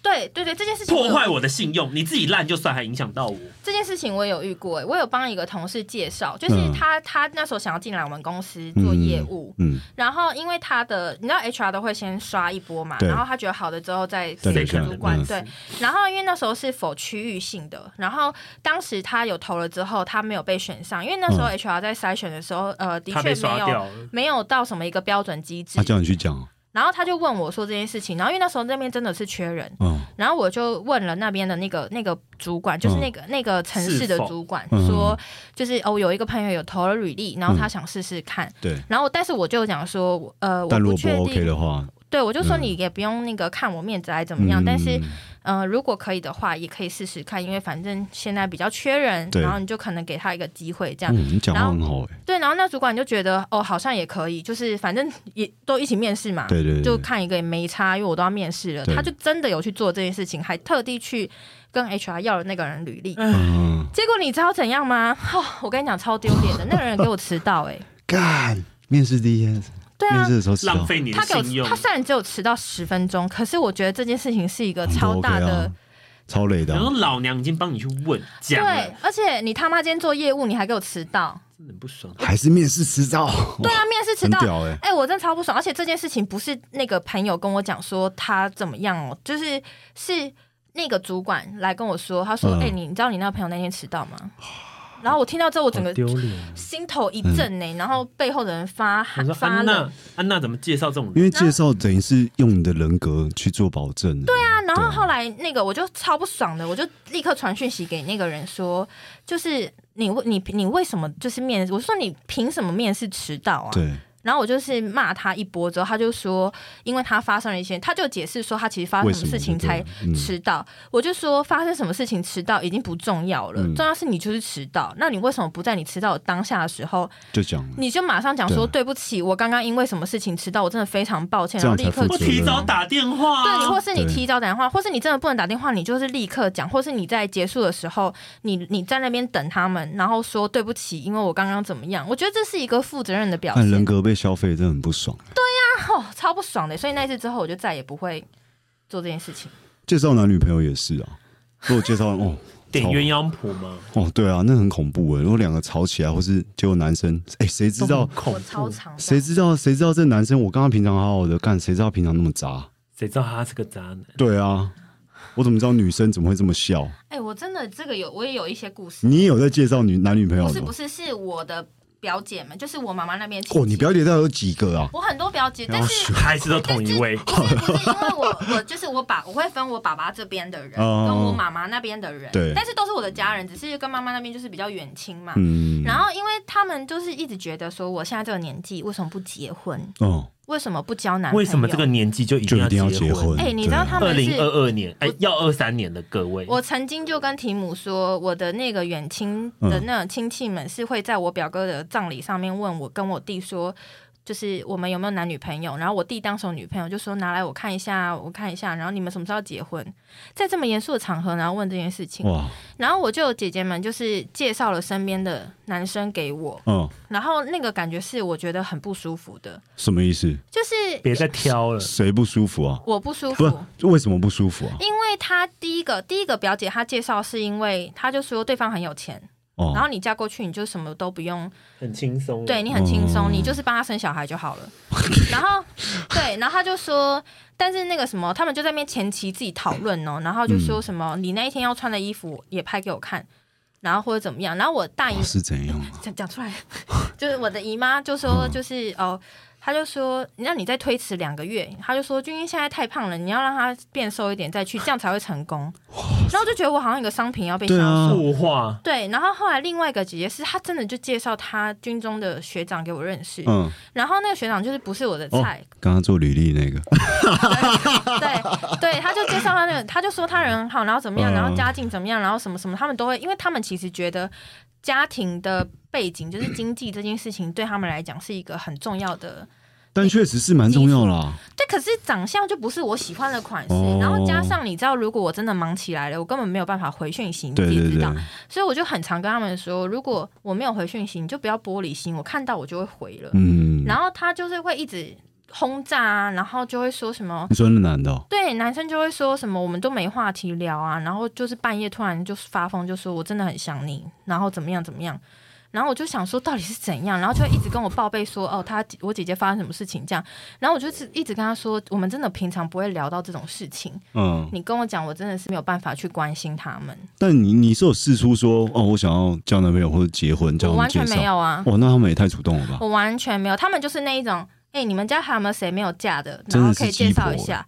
[SPEAKER 3] 对对对，这件事情我
[SPEAKER 2] 破
[SPEAKER 3] 有
[SPEAKER 2] 坏我的信用，你自己烂就算，还影响到我。
[SPEAKER 3] 这件事情我也有遇过、欸，我有帮一个同事介绍，就是
[SPEAKER 1] 嗯
[SPEAKER 3] 他、他那时候想要进来我们公司做业务，
[SPEAKER 1] 嗯，
[SPEAKER 3] 然后因为他的你知道 HR 都会先刷一波嘛，
[SPEAKER 1] 对
[SPEAKER 3] 然后他觉得好的之后再
[SPEAKER 1] 再
[SPEAKER 3] 给
[SPEAKER 1] 留下
[SPEAKER 3] 主
[SPEAKER 1] 来
[SPEAKER 3] 管
[SPEAKER 1] 嗯
[SPEAKER 3] 对，然后因为那时候是否区域性的，然后当时他有投了之后他没有被选上，因为那时候
[SPEAKER 1] 嗯
[SPEAKER 3] HR 在筛选的时候，呃，的
[SPEAKER 2] 他
[SPEAKER 3] 确
[SPEAKER 2] 被
[SPEAKER 3] 没
[SPEAKER 2] 刷
[SPEAKER 3] 有
[SPEAKER 2] 掉了，
[SPEAKER 3] 没有到什么一个标准机制
[SPEAKER 1] 他，叫你去讲，
[SPEAKER 3] 然后他就问我说这件事情，然后因为那时候那边真的是缺人，
[SPEAKER 1] 嗯
[SPEAKER 3] 然后我就问了那边的那个那个主管，就是
[SPEAKER 1] 嗯
[SPEAKER 3] 那个、那个城市的主管，
[SPEAKER 1] 是否嗯嗯
[SPEAKER 3] 说就是哦，有一个朋友有投了履历，然后他想试试看。
[SPEAKER 1] 对。
[SPEAKER 3] 然后，但是我就讲说，我呃，我
[SPEAKER 1] 但如
[SPEAKER 3] 不
[SPEAKER 1] 果
[SPEAKER 3] 确
[SPEAKER 1] 不
[SPEAKER 3] 定。
[SPEAKER 1] OK 的话，
[SPEAKER 3] 对，我就说
[SPEAKER 1] 嗯
[SPEAKER 3] 你也不用那个看我面子还怎么样，
[SPEAKER 1] 嗯，
[SPEAKER 3] 但是呃，如果可以的话，也可以试试看，因为反正现在比较缺人，
[SPEAKER 1] 对
[SPEAKER 3] 然后你就可能给他一个机会这样。
[SPEAKER 1] 嗯，你讲
[SPEAKER 3] 然
[SPEAKER 1] 话
[SPEAKER 3] 后
[SPEAKER 1] 很好哎，
[SPEAKER 3] 对，然后那主管就觉得哦，好像也可以，就是反正也都一起面试嘛，
[SPEAKER 1] 对对对，
[SPEAKER 3] 就
[SPEAKER 1] 对
[SPEAKER 3] 看一个也没差，因为我都要面试了，
[SPEAKER 1] 对
[SPEAKER 3] 他就真的有去做这件事情，还特地去跟 HR 要了那个人履历。
[SPEAKER 1] 嗯，
[SPEAKER 3] 结果你知道怎样吗？哦，我跟你讲超丢脸的，那个人给我迟到哎、
[SPEAKER 1] 干面试第一天，
[SPEAKER 3] 对
[SPEAKER 1] 面
[SPEAKER 3] 啊
[SPEAKER 1] 试，的时候迟到
[SPEAKER 2] 浪费你的
[SPEAKER 3] 他给
[SPEAKER 2] 信
[SPEAKER 3] 我
[SPEAKER 2] 用
[SPEAKER 3] 他。虽然只有迟到十分钟，可是我觉得这件事情是一个
[SPEAKER 1] 很不
[SPEAKER 3] 超
[SPEAKER 1] OK
[SPEAKER 3] 大的、
[SPEAKER 1] 啊超累的
[SPEAKER 2] 然
[SPEAKER 1] 啊，
[SPEAKER 2] 后老娘已经帮你去问讲
[SPEAKER 3] 对
[SPEAKER 2] 了，，
[SPEAKER 3] 而且你他妈今天做业务，你还给我迟到，
[SPEAKER 2] 真的很不爽。
[SPEAKER 1] 还是面试迟到，
[SPEAKER 3] 对啊，面试迟
[SPEAKER 1] 很
[SPEAKER 3] 到。
[SPEAKER 1] 屌哎，
[SPEAKER 3] 哎、我真的超不爽，而且这件事情不是那个朋友跟我讲说他怎么样哦，就是是那个主管来跟我说，他说：“
[SPEAKER 1] 嗯
[SPEAKER 3] 哎、你你知道你那个朋友那天迟 到吗？”然后我听到之后，我整个
[SPEAKER 2] 脸！
[SPEAKER 3] 心头一震呢、
[SPEAKER 1] 嗯
[SPEAKER 3] 然后背后的人发
[SPEAKER 2] 我
[SPEAKER 3] 寒
[SPEAKER 2] 说
[SPEAKER 3] 发
[SPEAKER 2] 安
[SPEAKER 3] 冷
[SPEAKER 2] 娜，安娜怎么介绍这种
[SPEAKER 1] 因
[SPEAKER 2] 人？
[SPEAKER 1] 为介绍等于是用你的人格去做保证。对啊，
[SPEAKER 3] 啊。然后后来那个我就超不爽的，我就立刻传讯息给那个人说，就是你为你你为什么就是面，我说你凭什么面试迟到啊？
[SPEAKER 1] 对，
[SPEAKER 3] 然后我就是骂他一波之后，他就说，因为他发生了一些，他就解释说他其实发生
[SPEAKER 1] 为
[SPEAKER 3] 什
[SPEAKER 1] 什
[SPEAKER 3] 么
[SPEAKER 1] 么
[SPEAKER 3] 事情才
[SPEAKER 1] 嗯
[SPEAKER 3] 迟到。我就说发生什么事情迟到已经不重要了，
[SPEAKER 1] 嗯
[SPEAKER 3] 重要是你就是迟到。那你为什么不在你迟到的当下的时候，
[SPEAKER 1] 就讲了，
[SPEAKER 3] 你就马上讲说
[SPEAKER 1] 对
[SPEAKER 3] 对不起，我刚刚因为什么事情迟到，我真的非常抱歉，
[SPEAKER 1] 这
[SPEAKER 3] 然后
[SPEAKER 1] 样
[SPEAKER 3] 立刻
[SPEAKER 1] 才
[SPEAKER 2] 我
[SPEAKER 1] 负责
[SPEAKER 2] 提早打电话
[SPEAKER 3] 对
[SPEAKER 2] 啊，
[SPEAKER 3] 你，或是你
[SPEAKER 1] 对
[SPEAKER 3] 提早打电话，或是你真的不能打电话，你就是立刻讲，或是你在结束的时候，你你在那边等他们，然后说对不起，因为我刚刚怎么样。我觉得这是一个负责任的表
[SPEAKER 1] 看
[SPEAKER 3] 现
[SPEAKER 1] 人，格被消费真的很不爽。
[SPEAKER 3] 哦，超不爽的。所以那一次之后，我就再也不会做这件事情。
[SPEAKER 1] 介绍男女朋友也是啊，如果介绍哦
[SPEAKER 2] 点
[SPEAKER 1] 超
[SPEAKER 2] 鸳鸯谱吗？
[SPEAKER 1] 哦，对啊，那很恐怖哎。如果两个吵起来，或是结果男生哎，谁知
[SPEAKER 2] 都
[SPEAKER 1] 道
[SPEAKER 2] 很恐
[SPEAKER 3] 我超
[SPEAKER 2] 怖，
[SPEAKER 3] 常这
[SPEAKER 1] 谁
[SPEAKER 3] 样
[SPEAKER 1] 知道谁知道这男生我刚刚平常好好的干，谁知道他平常那么渣？
[SPEAKER 2] 谁知道他是个渣男？
[SPEAKER 1] 对啊，我怎么知道女生怎么会这么笑？
[SPEAKER 3] 哎、我真的这个有，我也有一些故事，
[SPEAKER 1] 你也有在介绍女男女朋友
[SPEAKER 3] 不
[SPEAKER 1] 的
[SPEAKER 3] 是
[SPEAKER 1] 吗
[SPEAKER 3] 不？是是我的表姐们，就是我妈妈那边。
[SPEAKER 1] 哦，你表姐到底有几个啊？
[SPEAKER 3] 我很多表姐，但是
[SPEAKER 2] 还是都同一位？
[SPEAKER 3] 不是不是因为我我就是我爸，我会分我爸爸这边的人
[SPEAKER 1] 哦
[SPEAKER 3] 跟我妈妈那边的人，
[SPEAKER 1] 对
[SPEAKER 3] 但是都是我的家人，只是跟妈妈那边就是比较远亲嘛。
[SPEAKER 1] 嗯，
[SPEAKER 3] 然后因为他们就是一直觉得说，我现在这个年纪为什么不结婚？
[SPEAKER 1] 哦，
[SPEAKER 3] 为什么不交男朋友？
[SPEAKER 2] 为什么这个？年纪就一
[SPEAKER 1] 就
[SPEAKER 2] 定
[SPEAKER 1] 一定要
[SPEAKER 2] 结
[SPEAKER 1] 结婚？
[SPEAKER 3] 哎你知道
[SPEAKER 1] 对啊
[SPEAKER 3] 他们
[SPEAKER 2] 二零二二年，哎，要二三年的各位，
[SPEAKER 3] 我曾经就跟提姆说，我的那个远亲的那种亲戚们是会在我表哥的葬礼上面问我跟我弟说，就是我们有没有男女朋友。然后我弟当时有女朋友就说拿来我看一下，我看一下。然后你们什么时候要结婚？ 在这么严肃的场合，然后问这件事情。
[SPEAKER 1] 哇，
[SPEAKER 3] 然后我就有姐姐们就是介绍了身边的男生给我，
[SPEAKER 1] 嗯，
[SPEAKER 3] 然后那个感觉是我觉得很不舒服的，
[SPEAKER 1] 什么意思？
[SPEAKER 3] 就是
[SPEAKER 2] 别再挑了，
[SPEAKER 1] 谁不舒服啊？
[SPEAKER 3] 我不舒
[SPEAKER 1] 不是
[SPEAKER 3] 服。，哎
[SPEAKER 1] 为什么不舒服啊？
[SPEAKER 3] 因为她第一个第一个表姐，她介绍是因为她就说对方很有钱，然
[SPEAKER 1] 哦
[SPEAKER 3] 后，你嫁过去你就什么都不用，
[SPEAKER 2] 很轻松。
[SPEAKER 3] 对你很轻
[SPEAKER 1] 哦
[SPEAKER 3] 松，你就是帮她生小孩就好了。然后对，然后她就说，但是那个什么，他们就在那边前期自己讨论哦，然后就说什么你那一天要穿的衣服也拍给我看，然后或者怎么样。然后我大姨
[SPEAKER 1] 哦是怎样啊？
[SPEAKER 3] 讲讲出来， 就是我的姨妈就说，就是哦，她就说，那你再推迟两个月，她就说，君君现在太胖了，你要让她变瘦一点再去，这样才会成功。然后我就觉得我好像一个商品要被销
[SPEAKER 1] 对啊
[SPEAKER 3] 售。
[SPEAKER 2] 物化，
[SPEAKER 3] 对，然后后来另外一个姐姐是她真的就介绍她军中的学长给我认识，
[SPEAKER 1] 嗯，
[SPEAKER 3] 然后那个学长就是不是我的
[SPEAKER 1] 哦
[SPEAKER 3] 菜，
[SPEAKER 1] 刚刚做履历那个，
[SPEAKER 3] 对对，他就介绍他那个，他就说他人很好，然后怎么样，
[SPEAKER 1] 嗯
[SPEAKER 3] 然后家境怎么样，然后什么什么，他们都会，因为他们其实觉得家庭的背景就是经济这件事情对他们来讲是一个很重要的。
[SPEAKER 1] 但确实是蛮重要啦。
[SPEAKER 3] 对，可是长相就不是我喜欢的款式，
[SPEAKER 1] 哦
[SPEAKER 3] 然后加上你知道，如果我真的忙起来了，我根本没有办法回讯息，你自
[SPEAKER 1] 对
[SPEAKER 3] 己
[SPEAKER 1] 对
[SPEAKER 3] 知
[SPEAKER 1] 对
[SPEAKER 3] 道，，所以我就很常跟他们说，如果我没有回讯息，你就不要玻璃心，我看到我就会回了。
[SPEAKER 1] 嗯。
[SPEAKER 3] 然后他就是会一直轰炸啊，然后就会说什么
[SPEAKER 1] 你说那男的哦，
[SPEAKER 3] 对，男生就会说什么我们都没话题聊啊，然后就是半夜突然就发疯，就说我真的很想你，然后怎么样怎么样，然后我就想说到底是怎样，然后就一直跟我报备说哦，他我姐姐发生什么事情这样，然后我就是一直跟他说，我们真的平常不会聊到这种事情，
[SPEAKER 1] 嗯，
[SPEAKER 3] 你跟我讲，我真的是没有办法去关心他们，
[SPEAKER 1] 但你你是有试出说哦，我想要交男朋友或者结婚，叫他
[SPEAKER 3] 我
[SPEAKER 1] 们
[SPEAKER 3] 完
[SPEAKER 1] 介
[SPEAKER 3] 全
[SPEAKER 1] 绍
[SPEAKER 3] 没。有啊，
[SPEAKER 1] 哦，那他们也太主动了吧？
[SPEAKER 3] 我完全没有，他们就是那一种，哎、你们家还有没有谁没有嫁的，
[SPEAKER 1] 真
[SPEAKER 3] 然
[SPEAKER 1] 的
[SPEAKER 3] 后可以
[SPEAKER 1] 是鸡
[SPEAKER 3] 介绍
[SPEAKER 1] 婆
[SPEAKER 3] 一下，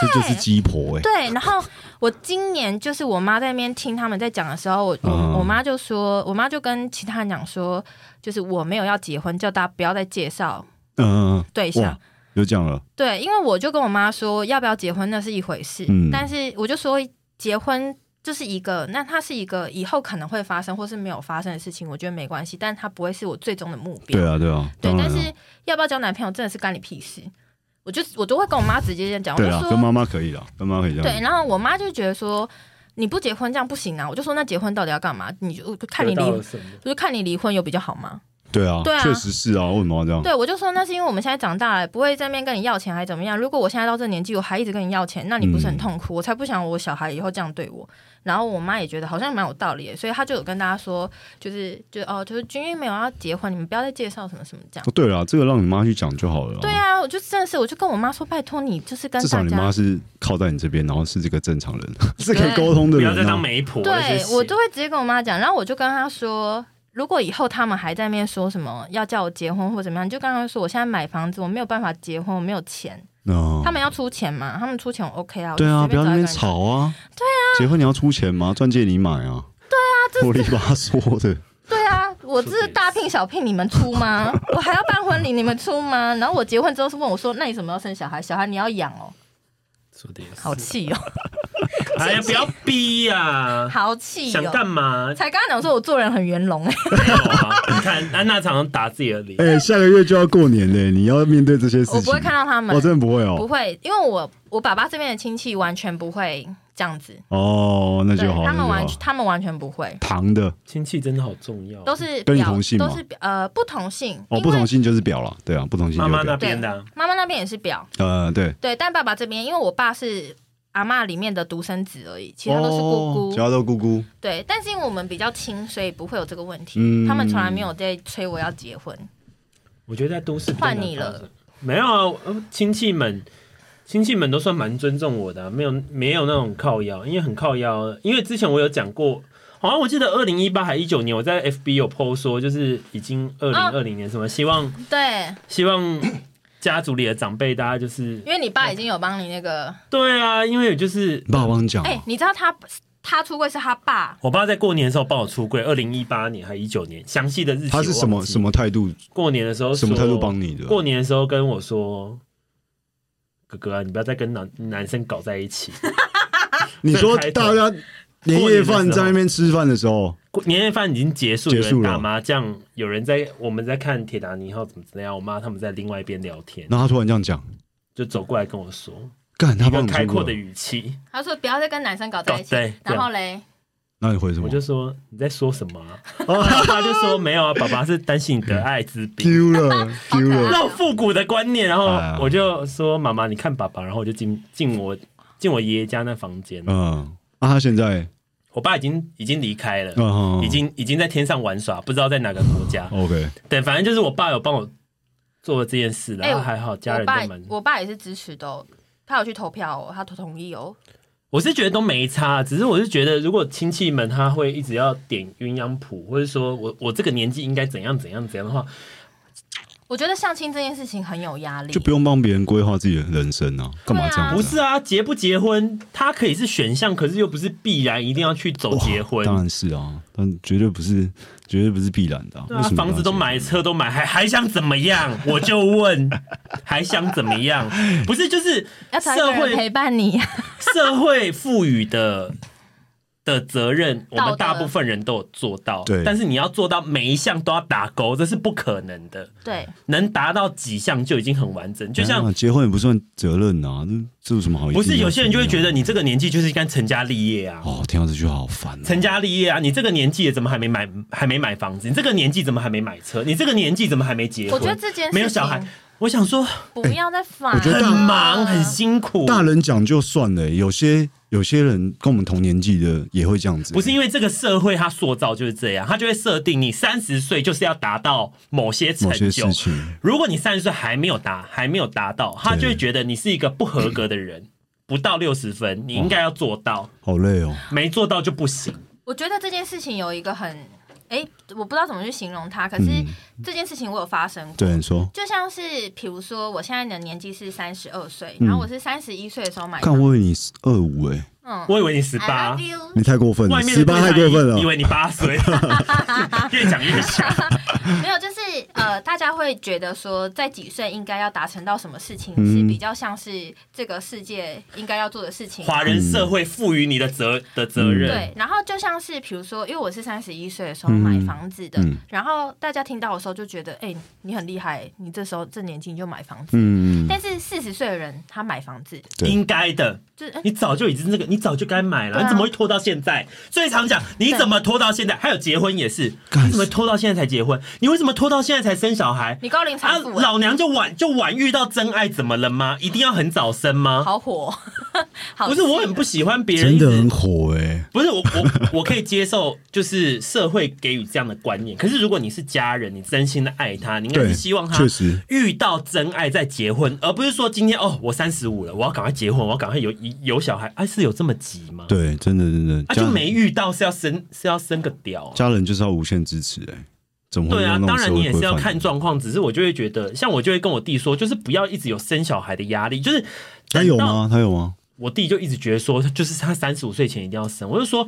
[SPEAKER 1] 这就是鸡婆哎、
[SPEAKER 3] 对，然后我今年就是我妈在那边听他们在讲的时候，我我、
[SPEAKER 1] 嗯
[SPEAKER 3] 我妈就说，我妈就跟其他人讲说，就是我没有要结婚，叫大家不要再介绍
[SPEAKER 1] 嗯、嗯
[SPEAKER 3] 对
[SPEAKER 1] 嗯
[SPEAKER 3] 象
[SPEAKER 1] 哇。，有讲了，
[SPEAKER 3] 对，因为我就跟我妈说，要不要结婚那是一回事，
[SPEAKER 1] 嗯
[SPEAKER 3] 但是我就说结婚。就是一个，那它是一个以后可能会发生或是没有发生的事情，我觉得没关系，但它不会是我最终的目标。
[SPEAKER 1] 对啊，对啊，
[SPEAKER 3] 对
[SPEAKER 1] 当然
[SPEAKER 3] 但
[SPEAKER 1] 啊
[SPEAKER 3] 是要不要交男朋友真的是干你屁事。我就我都会跟我妈直接这样讲，我
[SPEAKER 1] 对
[SPEAKER 3] 就
[SPEAKER 1] 啊，
[SPEAKER 3] 说
[SPEAKER 1] 跟妈妈可以啦，跟妈妈可以这样。
[SPEAKER 3] 对，然后我妈就觉得说你不结婚这样不行啊，我就说那结婚到底要干嘛？你就我就看你
[SPEAKER 2] 得
[SPEAKER 3] 离，
[SPEAKER 2] 到了
[SPEAKER 3] 我
[SPEAKER 2] 什么？
[SPEAKER 3] 就看你离婚有比较好吗？
[SPEAKER 1] 对啊，
[SPEAKER 3] 对啊
[SPEAKER 1] 确实是啊，为什么要这样？
[SPEAKER 3] 对，我就说那是因为我们现在长大了，不会在那边跟你要钱还怎么样？如果我现在到这年纪，我还一直跟你要钱，那你不是很
[SPEAKER 1] 嗯
[SPEAKER 3] 痛苦？我才不想我小孩以后这样对我。然后我妈也觉得好像蛮有道理的，所以她就有跟大家说，就是就哦，就是君君没有要结婚，你们不要再介绍什么什么这样。
[SPEAKER 1] 哦，对啦，这个让你妈去讲就好了。
[SPEAKER 3] 对，啊，我就真的是，我就跟我妈说，拜托你，就是跟
[SPEAKER 1] 至
[SPEAKER 3] 大
[SPEAKER 1] 少你妈
[SPEAKER 3] 家，
[SPEAKER 1] 是靠在你这边，然后是这个正常人， 是
[SPEAKER 3] 对
[SPEAKER 1] 个沟通的
[SPEAKER 2] 不
[SPEAKER 1] 人、
[SPEAKER 2] 要再当
[SPEAKER 1] 啊。
[SPEAKER 2] 媒婆了，
[SPEAKER 3] 对
[SPEAKER 2] 谢谢
[SPEAKER 3] 我都会直接跟我妈讲，然后我就跟她说，如果以后他们还在那边说什么要叫我结婚或怎么样，你就跟他说，我现在买房子，我没有办法结婚，我没有钱，
[SPEAKER 1] 嗯
[SPEAKER 3] 他们要出钱嘛，他们出钱我 OK 哦啊，我就
[SPEAKER 1] 对啊，不
[SPEAKER 3] 随
[SPEAKER 1] 要
[SPEAKER 3] 便
[SPEAKER 1] 在
[SPEAKER 3] 找
[SPEAKER 1] 那边
[SPEAKER 3] 一个人。
[SPEAKER 1] 吵啊。对啊，结婚你要出钱吗？钻戒你买啊。对啊，啰里吧嗦 的。
[SPEAKER 3] 对啊，我这是大聘小聘，你们出吗？ 我还要办婚礼，你们出吗？然后我结婚之后是问我说，那你什么时候生小孩？小孩你要养哦，
[SPEAKER 2] 说的也是
[SPEAKER 3] 好气哦，
[SPEAKER 2] 哎呀，不要逼 呀！
[SPEAKER 3] 好气
[SPEAKER 2] 想
[SPEAKER 3] 哦。
[SPEAKER 2] 干嘛？
[SPEAKER 3] 才刚刚讲说我做人很圆融哎、
[SPEAKER 2] 没有啊 你看安娜常常打自己的脸
[SPEAKER 1] 哎、，下个月就要过年嘞，你要面对这些事情。
[SPEAKER 3] 啊我不会看到他们，
[SPEAKER 1] 哦，真的不会哦
[SPEAKER 3] 不。会，因为我我爸爸这边的亲戚完全不会这样子，
[SPEAKER 1] 哦，那
[SPEAKER 3] 对
[SPEAKER 1] 就好，
[SPEAKER 3] 他
[SPEAKER 1] 那就
[SPEAKER 3] 们完
[SPEAKER 1] 好。
[SPEAKER 3] 他们完全不会，
[SPEAKER 1] 糖的哦
[SPEAKER 2] 亲戚真的好重要。
[SPEAKER 3] 都是
[SPEAKER 1] 跟你
[SPEAKER 3] 表
[SPEAKER 1] 同姓吗
[SPEAKER 3] 都是表呃不同姓，
[SPEAKER 1] 哦，
[SPEAKER 3] 因
[SPEAKER 1] 不
[SPEAKER 3] 为
[SPEAKER 1] 同性就是表了，对啊，不同性
[SPEAKER 2] 妈
[SPEAKER 1] 就
[SPEAKER 2] 妈
[SPEAKER 1] 是
[SPEAKER 2] 那
[SPEAKER 1] 表。
[SPEAKER 2] 边的啊，
[SPEAKER 3] 妈妈那边也是表，
[SPEAKER 1] 呃，对，
[SPEAKER 3] 对，但爸爸这边因为我爸是阿嬷里面的独生子而已，其他都是姑
[SPEAKER 1] 哦其
[SPEAKER 3] 姑，
[SPEAKER 1] 他都姑姑。
[SPEAKER 3] 对，但是因为我们比较亲，所以不会有这个问题，
[SPEAKER 1] 嗯
[SPEAKER 3] 他们从来没有在催我要结婚，
[SPEAKER 2] 我觉得在都市比较难
[SPEAKER 3] 换你了
[SPEAKER 2] 发生。没有啊，呃亲戚们，亲戚们都算蛮尊重我的啊、没有没有那种靠腰，因为很靠腰。啊因为之前我有讲过，好像我记得二零一八还一九年，我在 FB 有 PO 说，就是已经二
[SPEAKER 3] 嗯
[SPEAKER 2] 零二零年什么，希望
[SPEAKER 3] 对，
[SPEAKER 2] 希望家族里的长辈大家就是
[SPEAKER 3] 因为你爸已经有帮你那个，
[SPEAKER 2] 对啊，因为就是
[SPEAKER 1] 爸爸帮你讲
[SPEAKER 3] 哎、
[SPEAKER 1] 哦，
[SPEAKER 3] 你知道他他出柜是他爸，
[SPEAKER 2] 我爸在过年的时候帮我出柜，二零一八年还一九年，详细的日期
[SPEAKER 1] 他是什么什
[SPEAKER 2] 么？
[SPEAKER 1] 么态度，
[SPEAKER 2] 过年的时候
[SPEAKER 1] 什么态度帮
[SPEAKER 2] 你？
[SPEAKER 1] 你的？啊
[SPEAKER 2] 过年的时候跟我说。哥哥啊，你不要再跟男男生搞在一起。
[SPEAKER 1] 你说大家年夜饭在那边吃饭的时候，
[SPEAKER 2] 过年夜饭已经结束，
[SPEAKER 1] 结
[SPEAKER 2] 有
[SPEAKER 1] 束
[SPEAKER 2] 人
[SPEAKER 1] 了
[SPEAKER 2] 打麻将，有人在我们在看《铁达尼号》怎么怎么样，我妈他们在另外一边聊天，
[SPEAKER 1] 然后他突然这样讲，
[SPEAKER 2] 就走过来跟我说，
[SPEAKER 1] 干他
[SPEAKER 2] 一
[SPEAKER 1] 帮
[SPEAKER 2] 个
[SPEAKER 1] 你
[SPEAKER 2] 开
[SPEAKER 1] 出
[SPEAKER 2] 阔
[SPEAKER 1] 过
[SPEAKER 2] 的，语气，
[SPEAKER 3] 他说不要再跟男生搞在一起
[SPEAKER 2] 搞哦对，
[SPEAKER 3] 然后嘞，
[SPEAKER 1] 那你回什么
[SPEAKER 2] 我？就说你在说什 么啊？然后我爸就说没有啊，爸爸是担心你得艾滋病。
[SPEAKER 1] 丢 了丢了，
[SPEAKER 2] 那种复古的观念，然后
[SPEAKER 1] 哎呀
[SPEAKER 2] 我就说妈妈，你看爸爸，然后我就进进我进我爷爷家那房间，
[SPEAKER 1] 嗯，啊，他现在
[SPEAKER 2] 我爸已经已经离开了，
[SPEAKER 1] 嗯
[SPEAKER 2] 已经已经在天上玩耍，不知道在哪个国家。
[SPEAKER 1] OK，
[SPEAKER 2] 对，反正就是我爸有帮我做了这件事，
[SPEAKER 3] 哎
[SPEAKER 2] 然后还好家
[SPEAKER 3] 我
[SPEAKER 2] 人
[SPEAKER 3] 爸
[SPEAKER 2] 都蛮
[SPEAKER 3] 我爸也是支持的哦、他有去投票哦，他同意哦。
[SPEAKER 2] 我是觉得都没差，只是我是觉得，如果亲戚们他会一直要点鸳鸯谱，或者说我我这个年纪应该怎样怎样怎样的话，
[SPEAKER 3] 我觉得相亲这件事情很有压力，
[SPEAKER 1] 就不用帮别人规划自己的人生啊，干嘛这样、子
[SPEAKER 3] 对啊
[SPEAKER 1] 啊？
[SPEAKER 2] 不是啊，结不结婚，它可以是选项，可是又不是必然一定要去走结婚。
[SPEAKER 1] 当然是啊，但绝对不是，绝对不是必然的、啊。
[SPEAKER 2] 对
[SPEAKER 1] 为
[SPEAKER 2] 啊
[SPEAKER 1] 什，么
[SPEAKER 2] 房子都
[SPEAKER 1] 要结
[SPEAKER 2] 买，车都买，还还想怎么 样？我就问，还想怎么样？不是，就是
[SPEAKER 3] 要找一个
[SPEAKER 2] 社会
[SPEAKER 3] 人陪伴你啊。
[SPEAKER 2] 社会赋 予的的责任，我
[SPEAKER 3] 道
[SPEAKER 2] 们
[SPEAKER 3] 德
[SPEAKER 2] 大部分人都有做到。
[SPEAKER 1] 对
[SPEAKER 2] 但是你要做到每一项都要打勾，这是不可能的。
[SPEAKER 3] 对，
[SPEAKER 2] 能达到几项就已经很完整。就
[SPEAKER 1] 哎
[SPEAKER 2] 像
[SPEAKER 1] 呀结婚也不算责任啊，这这有什么好一定
[SPEAKER 2] 不
[SPEAKER 1] 要怎么样？
[SPEAKER 2] 是有些人就会觉得你这个年纪就是应该成家立业啊。
[SPEAKER 1] 哦，听到这句话好烦、啊。
[SPEAKER 2] 成家立业啊！你这个年纪怎么还没买还没买房子？你这个年纪怎么还没买车？你这个年纪怎么还没结婚？
[SPEAKER 3] 我觉得这件事情
[SPEAKER 2] 没有小孩，我想说
[SPEAKER 3] 不要再烦、
[SPEAKER 1] 我觉得
[SPEAKER 2] 很
[SPEAKER 1] 大
[SPEAKER 2] 忙很辛苦。
[SPEAKER 1] 大人讲就算了、欸有些有些人跟我们同年纪的也会这样子、欸
[SPEAKER 2] 不是因为这个社会它塑造就是这样，它就会设定你三十岁就是要达到某些成
[SPEAKER 1] 某些
[SPEAKER 2] 就
[SPEAKER 1] 事。情，
[SPEAKER 2] 如果你三十岁还没有达，还没有达到，他就会觉得你是一个不合格的人，不到六十分，
[SPEAKER 1] 哦
[SPEAKER 2] 你应该要做到，
[SPEAKER 1] 好累哦。
[SPEAKER 2] 没做到就不行。
[SPEAKER 3] 我觉得这件事情有一个很，哎、我不知道怎么去形容它，可是
[SPEAKER 1] 嗯
[SPEAKER 3] 这件事情我有发生过。
[SPEAKER 1] 对，你说，
[SPEAKER 3] 就像是，比如说，我现在的年纪是三十二岁，
[SPEAKER 1] 嗯
[SPEAKER 3] 然后我是三十一岁的时候买
[SPEAKER 1] 看
[SPEAKER 3] 房，
[SPEAKER 1] 我以为你是二五哎，
[SPEAKER 3] 嗯
[SPEAKER 2] 我以为你十
[SPEAKER 3] I
[SPEAKER 2] 八
[SPEAKER 3] love，you
[SPEAKER 1] 你太过分了，
[SPEAKER 2] 外面
[SPEAKER 1] 十
[SPEAKER 2] 的
[SPEAKER 1] 八
[SPEAKER 2] 对
[SPEAKER 1] 太
[SPEAKER 2] 象
[SPEAKER 1] 过分了
[SPEAKER 2] 以。为你 八岁，越讲越小。
[SPEAKER 3] 没有，就是呃，大家会觉得说，在几岁应该要达成到什么事情
[SPEAKER 2] 嗯
[SPEAKER 3] 是比较像是这个世界应该要做的事情。
[SPEAKER 2] 华人社会赋予你的责的责任
[SPEAKER 1] 嗯
[SPEAKER 3] 对，，然后就像是比如说，因为我是三十一岁的时候买房子的，
[SPEAKER 1] 嗯
[SPEAKER 3] 然后大家听到的时候就觉得，哎、你很厉害，你这时候这年纪你就买房子。
[SPEAKER 1] 嗯，
[SPEAKER 3] 但是四十岁的人他买房子，
[SPEAKER 1] 对
[SPEAKER 2] 应该的。
[SPEAKER 3] 就是、哎
[SPEAKER 2] 你早就已经这个，你早就该买了，
[SPEAKER 3] 对啊
[SPEAKER 2] 你怎么会拖到现在？最常讲你怎么拖到现在，还有结婚也是，
[SPEAKER 1] 干
[SPEAKER 2] 你怎么拖到现在才结婚？你为什么拖到现在才生小孩？
[SPEAKER 3] 你高龄
[SPEAKER 2] 啊
[SPEAKER 3] 产妇、，
[SPEAKER 2] 老娘就晚就晚遇到真爱，怎么了吗？一定要很早生吗？
[SPEAKER 3] 好火，好
[SPEAKER 2] 不是，我很不喜欢别人一
[SPEAKER 1] 真
[SPEAKER 2] 直
[SPEAKER 1] 的很火哎、
[SPEAKER 2] 不是我我我可以接受，就是社会给予这样的观念。可是如果你是家人，你真心的爱他，你应该
[SPEAKER 1] 对
[SPEAKER 2] 是希望他
[SPEAKER 1] 确实
[SPEAKER 2] 遇到真爱再结婚，而不是说今天哦，我三十五了，我要赶快结婚，我要赶快有有小孩。哎、是有这么急吗？，
[SPEAKER 1] 对，真的真的，
[SPEAKER 2] 啊，
[SPEAKER 1] 家
[SPEAKER 2] 就没遇到是要生是要生个屌啊、
[SPEAKER 1] 家人就是要无限支持哎、怎么会
[SPEAKER 2] 对啊
[SPEAKER 1] 用，那
[SPEAKER 2] 当
[SPEAKER 1] 种社
[SPEAKER 2] 然你
[SPEAKER 1] 会
[SPEAKER 2] 也是要
[SPEAKER 1] 规范
[SPEAKER 2] 看
[SPEAKER 1] 的
[SPEAKER 2] 状况，只是我就会觉得，像我就会跟我弟说，就是不要一直有生小孩的压力，就是
[SPEAKER 1] 他
[SPEAKER 2] 等
[SPEAKER 1] 有
[SPEAKER 2] 到
[SPEAKER 1] 吗？他有吗？
[SPEAKER 2] 我弟就一直觉得说，就是他三十五岁前一定要生。我就说，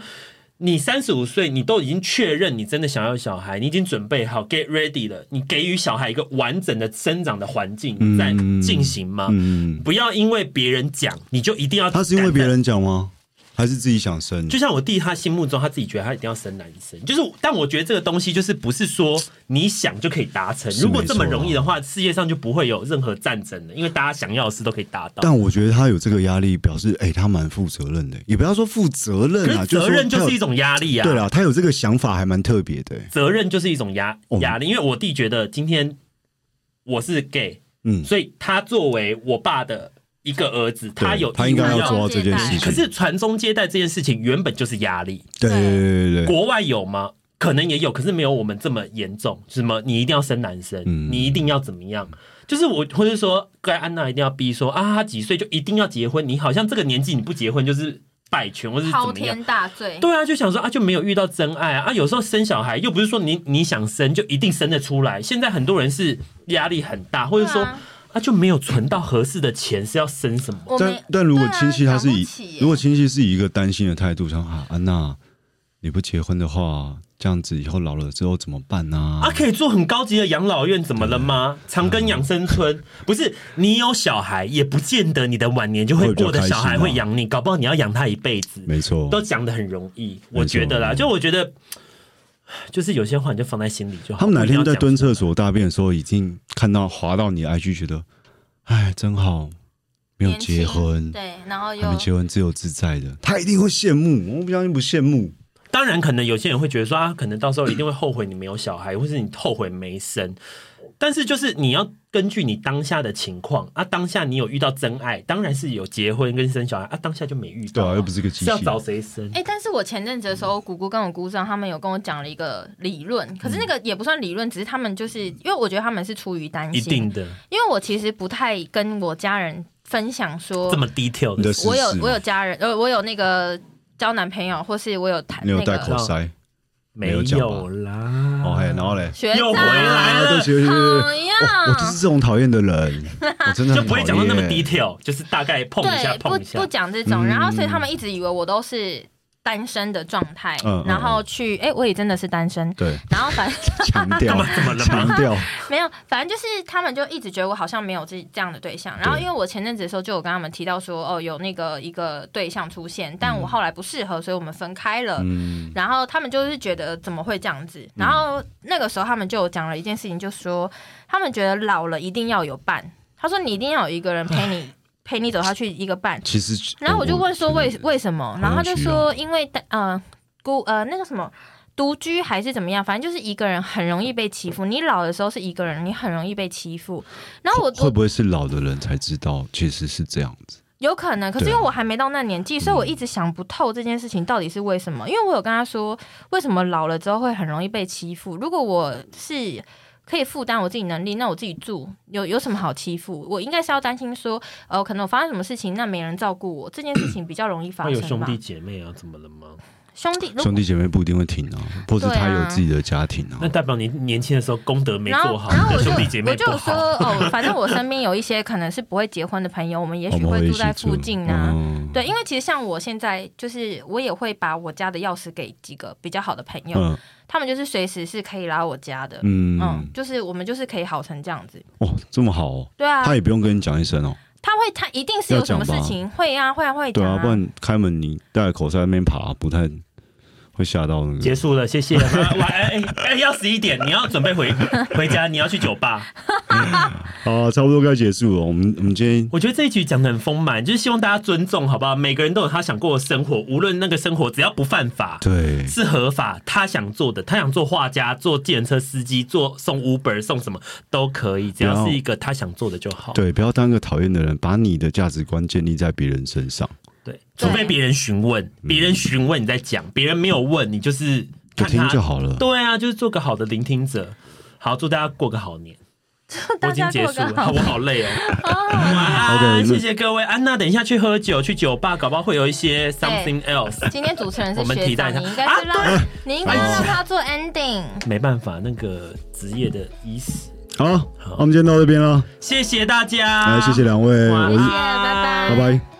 [SPEAKER 2] 你三十五岁，你都已经确认你真的想要小孩，你已经准备好 get ready 了，你给予小孩一个完整的生长的环境
[SPEAKER 1] 嗯
[SPEAKER 2] 在进行吗？
[SPEAKER 1] 嗯，
[SPEAKER 2] 不要因为别人讲，你就一定要。
[SPEAKER 1] 他是因为别，人讲吗？还是自己想生？
[SPEAKER 2] 就像我弟，他心目中他自己觉得他一定要生男生，就是，但我觉得这个东西就是不是说你想就可以达成。
[SPEAKER 1] 是
[SPEAKER 2] 如果
[SPEAKER 1] 没
[SPEAKER 2] 这么
[SPEAKER 1] 错啊
[SPEAKER 2] 容易的话，世界上就不会有任何战争了，因为大家想要的事都可以达到。
[SPEAKER 1] 但我觉得他有这个压力，表示哎、他蛮负责任的、也不要说负责任
[SPEAKER 2] 可
[SPEAKER 1] 啊，
[SPEAKER 2] 是责任
[SPEAKER 1] 就说他有
[SPEAKER 2] 就是一种压力啊。
[SPEAKER 1] 对啦，他有这个想法还蛮特别的、
[SPEAKER 2] 责任就是一种压
[SPEAKER 1] 哦
[SPEAKER 2] 压力，因为我弟觉得今天我是 gay，
[SPEAKER 1] 嗯，
[SPEAKER 2] 所以他作为我爸的一个儿子，
[SPEAKER 1] 对
[SPEAKER 2] 他有
[SPEAKER 1] 他
[SPEAKER 2] 义
[SPEAKER 1] 应
[SPEAKER 2] 务
[SPEAKER 1] 该要
[SPEAKER 2] 要
[SPEAKER 1] 做到这件事情。
[SPEAKER 2] 可是传宗接代这件事情原本就是压力，
[SPEAKER 1] 对对对对对，
[SPEAKER 2] 国外有吗？可能也有，可是没有我们这么严重。什么？你一定要生男生，
[SPEAKER 1] 嗯
[SPEAKER 2] 你一定要怎么样？就是我，或者说，该安娜一定要逼说啊，她几岁就一定要结婚？你好像这个年纪你不结婚就是败犬，或者是怎
[SPEAKER 3] 滔
[SPEAKER 2] 么样？
[SPEAKER 3] 天大罪。
[SPEAKER 2] 对啊，就想说啊，就没有遇到真爱啊。啊有时候生小孩又不是说你你想生就一定生得出来。现在很多人是压力很大，或者说
[SPEAKER 3] 对啊
[SPEAKER 2] 啊就没有存到合适的钱，是要生什么？
[SPEAKER 3] 我啊们
[SPEAKER 1] 但但如果亲戚他是以、如果
[SPEAKER 3] 对啊
[SPEAKER 1] 亲戚是以一个担心的态度想啊，安娜，你不结婚的话，这样子以后老了之后怎么办呢、
[SPEAKER 2] 啊，可以做很高级的养老院，怎么了吗？长庚养生村不是你有小孩，也不见得你的晚年就会
[SPEAKER 1] 会比较
[SPEAKER 2] 过得小
[SPEAKER 1] 开
[SPEAKER 2] 孩
[SPEAKER 1] 心啊
[SPEAKER 2] 会养你，搞不好你要养他一辈子，
[SPEAKER 1] 没错，
[SPEAKER 2] 都讲的很容易，我
[SPEAKER 1] 没错
[SPEAKER 2] 觉得啦，就我觉得。就是有些话你就放在心里就好。
[SPEAKER 1] 他们哪
[SPEAKER 2] 不一定
[SPEAKER 1] 天
[SPEAKER 2] 要
[SPEAKER 1] 在
[SPEAKER 2] 讲
[SPEAKER 1] 蹲
[SPEAKER 2] 出来
[SPEAKER 1] 厕所大便的时候，已经看到滑到你的 IG，觉得，哎，真好，没有
[SPEAKER 3] 年轻
[SPEAKER 1] 结婚，
[SPEAKER 3] 对，然后
[SPEAKER 1] 还
[SPEAKER 3] 又
[SPEAKER 1] 没结婚自由自在的，他一定会羡慕。我不相信不羡慕，
[SPEAKER 2] 当然，可能有些人会觉得说啊，可能到时候一定会后悔你没有小孩，或是你后悔没生。但是就是你要根据你当下的情况啊，当下你有遇到真爱，当然是有结婚跟生小孩啊，当下就没遇
[SPEAKER 1] 对
[SPEAKER 2] 到，
[SPEAKER 1] 啊，又不是个机
[SPEAKER 2] 是要
[SPEAKER 1] 器。
[SPEAKER 2] 找谁生？
[SPEAKER 3] 哎、但是我前阵子的时候，姑姑跟我姑丈他们有跟我讲了一个理论，可是
[SPEAKER 2] 嗯
[SPEAKER 3] 那个也不算理论，只是他们就是因为我觉得他们是出于担心，
[SPEAKER 2] 一定的，
[SPEAKER 3] 因为我其实不太跟我家人分享说
[SPEAKER 2] 这，么 detail
[SPEAKER 1] 你的
[SPEAKER 2] 的
[SPEAKER 1] 事
[SPEAKER 3] 我有
[SPEAKER 1] 实
[SPEAKER 3] 我有家人，呃，我有那个交男朋友，或是我有谈
[SPEAKER 1] 你有
[SPEAKER 3] 那
[SPEAKER 1] 戴
[SPEAKER 2] 哦
[SPEAKER 3] 个
[SPEAKER 1] 口塞没有讲吧
[SPEAKER 2] 有啦。
[SPEAKER 1] 哦嘿，然后嘞，
[SPEAKER 3] 学
[SPEAKER 2] 又回来
[SPEAKER 3] 长
[SPEAKER 2] 了
[SPEAKER 1] 啊对不起对不起对不起
[SPEAKER 3] 讨厌
[SPEAKER 1] 哦，我就是这种讨厌的人，我真的
[SPEAKER 2] 就
[SPEAKER 1] 很
[SPEAKER 2] 不会讲到那么
[SPEAKER 1] 讨厌
[SPEAKER 2] detail，就是大概碰一下
[SPEAKER 3] 对，不
[SPEAKER 2] 碰一下
[SPEAKER 3] 不。讲这种，然后所以
[SPEAKER 1] 嗯
[SPEAKER 3] 他们一直以为我都是单身的状态
[SPEAKER 1] 嗯嗯，
[SPEAKER 3] 然后去，哎，我也真的是单身，
[SPEAKER 1] 对，
[SPEAKER 3] 然后反
[SPEAKER 1] 强调
[SPEAKER 2] 干嘛怎么啊了
[SPEAKER 1] 强
[SPEAKER 2] 吗？
[SPEAKER 1] 调，
[SPEAKER 3] 没有，反正就是他们就一直觉得我好像没有这这样的对象。然后因为我前阵子的时候就有跟他们提到说，哦，有那个一个对象出现，但我后来不适合，所以我们分开了。
[SPEAKER 1] 嗯，
[SPEAKER 3] 然后他们就是觉得怎么会这样子？然后那个时候他们就有讲了一件事情，就说他们觉得老了一定要有伴。他说你一定要有一个人陪你陪你走下去一个伴。
[SPEAKER 1] 其实，
[SPEAKER 3] 然后我就问说为
[SPEAKER 1] 觉得
[SPEAKER 3] 为什么？
[SPEAKER 1] 像
[SPEAKER 3] 然后他就
[SPEAKER 1] 需要
[SPEAKER 3] 说因为呃孤呃那个什么独居还是怎么样，反正就是一个人很容易被欺负。你老的时候是一个人，你很容易被欺负。然后我
[SPEAKER 1] 会
[SPEAKER 3] 我
[SPEAKER 1] 不会是老的人才知道其实是这样子？
[SPEAKER 3] 有可能，可是
[SPEAKER 1] 对啊嗯
[SPEAKER 3] 因为我还没到那年纪，所以我一直想不透这件事情到底是为什么。因为我有跟他说，为什么老了之后会很容易被欺负？如果我是可以负担我自己能力，那我自己住有有什么好欺负？我应该是要担心说，呃，可能我发生什么事情，那没人照顾我，这件事情比较容易发
[SPEAKER 2] 那
[SPEAKER 3] 生
[SPEAKER 2] 有
[SPEAKER 3] 吧。
[SPEAKER 2] 兄弟姐妹啊，怎么了吗？
[SPEAKER 3] 兄弟，如
[SPEAKER 1] 兄弟姐妹不一定会挺啊，或是
[SPEAKER 3] 对
[SPEAKER 1] 他
[SPEAKER 3] 啊
[SPEAKER 1] 有自己的家庭啊
[SPEAKER 2] 那，代表你年轻的时候功德没
[SPEAKER 3] 然
[SPEAKER 2] 做
[SPEAKER 3] 后
[SPEAKER 2] 好，
[SPEAKER 1] 嗯
[SPEAKER 3] 然
[SPEAKER 2] 你
[SPEAKER 3] 后我
[SPEAKER 2] 的
[SPEAKER 3] 就
[SPEAKER 2] 兄弟姐
[SPEAKER 3] 我
[SPEAKER 2] 妹
[SPEAKER 3] 就
[SPEAKER 2] 不
[SPEAKER 3] 有说
[SPEAKER 2] 好。
[SPEAKER 3] 哦，反正我身边有一些可能是不会结婚的朋友，我们也
[SPEAKER 1] 我
[SPEAKER 3] 许
[SPEAKER 1] 们会
[SPEAKER 3] 会
[SPEAKER 1] 一
[SPEAKER 3] 住
[SPEAKER 1] 起
[SPEAKER 3] 在
[SPEAKER 1] 住
[SPEAKER 3] 附近啊。
[SPEAKER 1] 嗯
[SPEAKER 3] 对，因为其实像我现在，就是我也会把我家的钥匙给几个比较好的朋友，
[SPEAKER 1] 嗯
[SPEAKER 3] 他们就是随时是可以来我家的，嗯
[SPEAKER 1] 嗯，
[SPEAKER 3] 就是我们就是可以好成这样子，
[SPEAKER 1] 哦，这么好哦，
[SPEAKER 3] 对啊，
[SPEAKER 1] 他也不用跟你讲一声哦，
[SPEAKER 3] 他会他一定是有什么
[SPEAKER 1] 要讲
[SPEAKER 3] 事
[SPEAKER 1] 吧
[SPEAKER 3] 情会啊会啊会
[SPEAKER 1] 对
[SPEAKER 3] 讲
[SPEAKER 1] 啊，不然开门你戴着口罩在那边爬，不太会吓到那
[SPEAKER 2] 结
[SPEAKER 1] 个。
[SPEAKER 2] 束了，谢谢。晚安。哎哎，要十一点，你要准备回回家，你要去酒吧。
[SPEAKER 1] 好啊，差不多该结束了，我们我们今天
[SPEAKER 2] 我觉得这一局讲的很丰满，就是希望大家尊重，好不好？每个人都有他想过的生活，无论那个生活只要不犯法，
[SPEAKER 1] 对
[SPEAKER 2] 是合法，他想做的，他想做画家、做计程车司机、做送 Uber、送什么都可以，只要是一个他想做的就好。
[SPEAKER 1] 对，不要当个讨厌的人，把你的价值观建立在别人身上，
[SPEAKER 2] 对，除非别人询问，别人询问你在讲，别人没有问你就是
[SPEAKER 1] 嗯就
[SPEAKER 2] 看他
[SPEAKER 1] 听就好了。
[SPEAKER 2] 对啊，就是做个好的聆听者。好，祝大家过个好年。我
[SPEAKER 3] 大
[SPEAKER 2] 已经
[SPEAKER 3] 家
[SPEAKER 2] 结
[SPEAKER 3] 过
[SPEAKER 2] 束
[SPEAKER 3] 个
[SPEAKER 2] 了，
[SPEAKER 3] 好啊
[SPEAKER 2] 我好 累哦。晚安，
[SPEAKER 1] OK，那
[SPEAKER 2] 谢谢各位。安娜，等一下去喝酒，去酒吧，搞不好会有一些 something else。
[SPEAKER 3] 今天主持人是
[SPEAKER 2] 我们
[SPEAKER 3] 学
[SPEAKER 2] 提到
[SPEAKER 3] 长，
[SPEAKER 2] 一下
[SPEAKER 3] 你应该是让、
[SPEAKER 2] 啊
[SPEAKER 3] 你应该是让他做 ending。
[SPEAKER 2] 没办法，那个职业的意思。
[SPEAKER 1] 好，那我们今天到这边了，
[SPEAKER 2] 谢谢大家，
[SPEAKER 1] 哎来谢谢两位，
[SPEAKER 2] 晚
[SPEAKER 1] 我是
[SPEAKER 2] 安，
[SPEAKER 3] 谢谢拜拜
[SPEAKER 1] 嗯拜拜。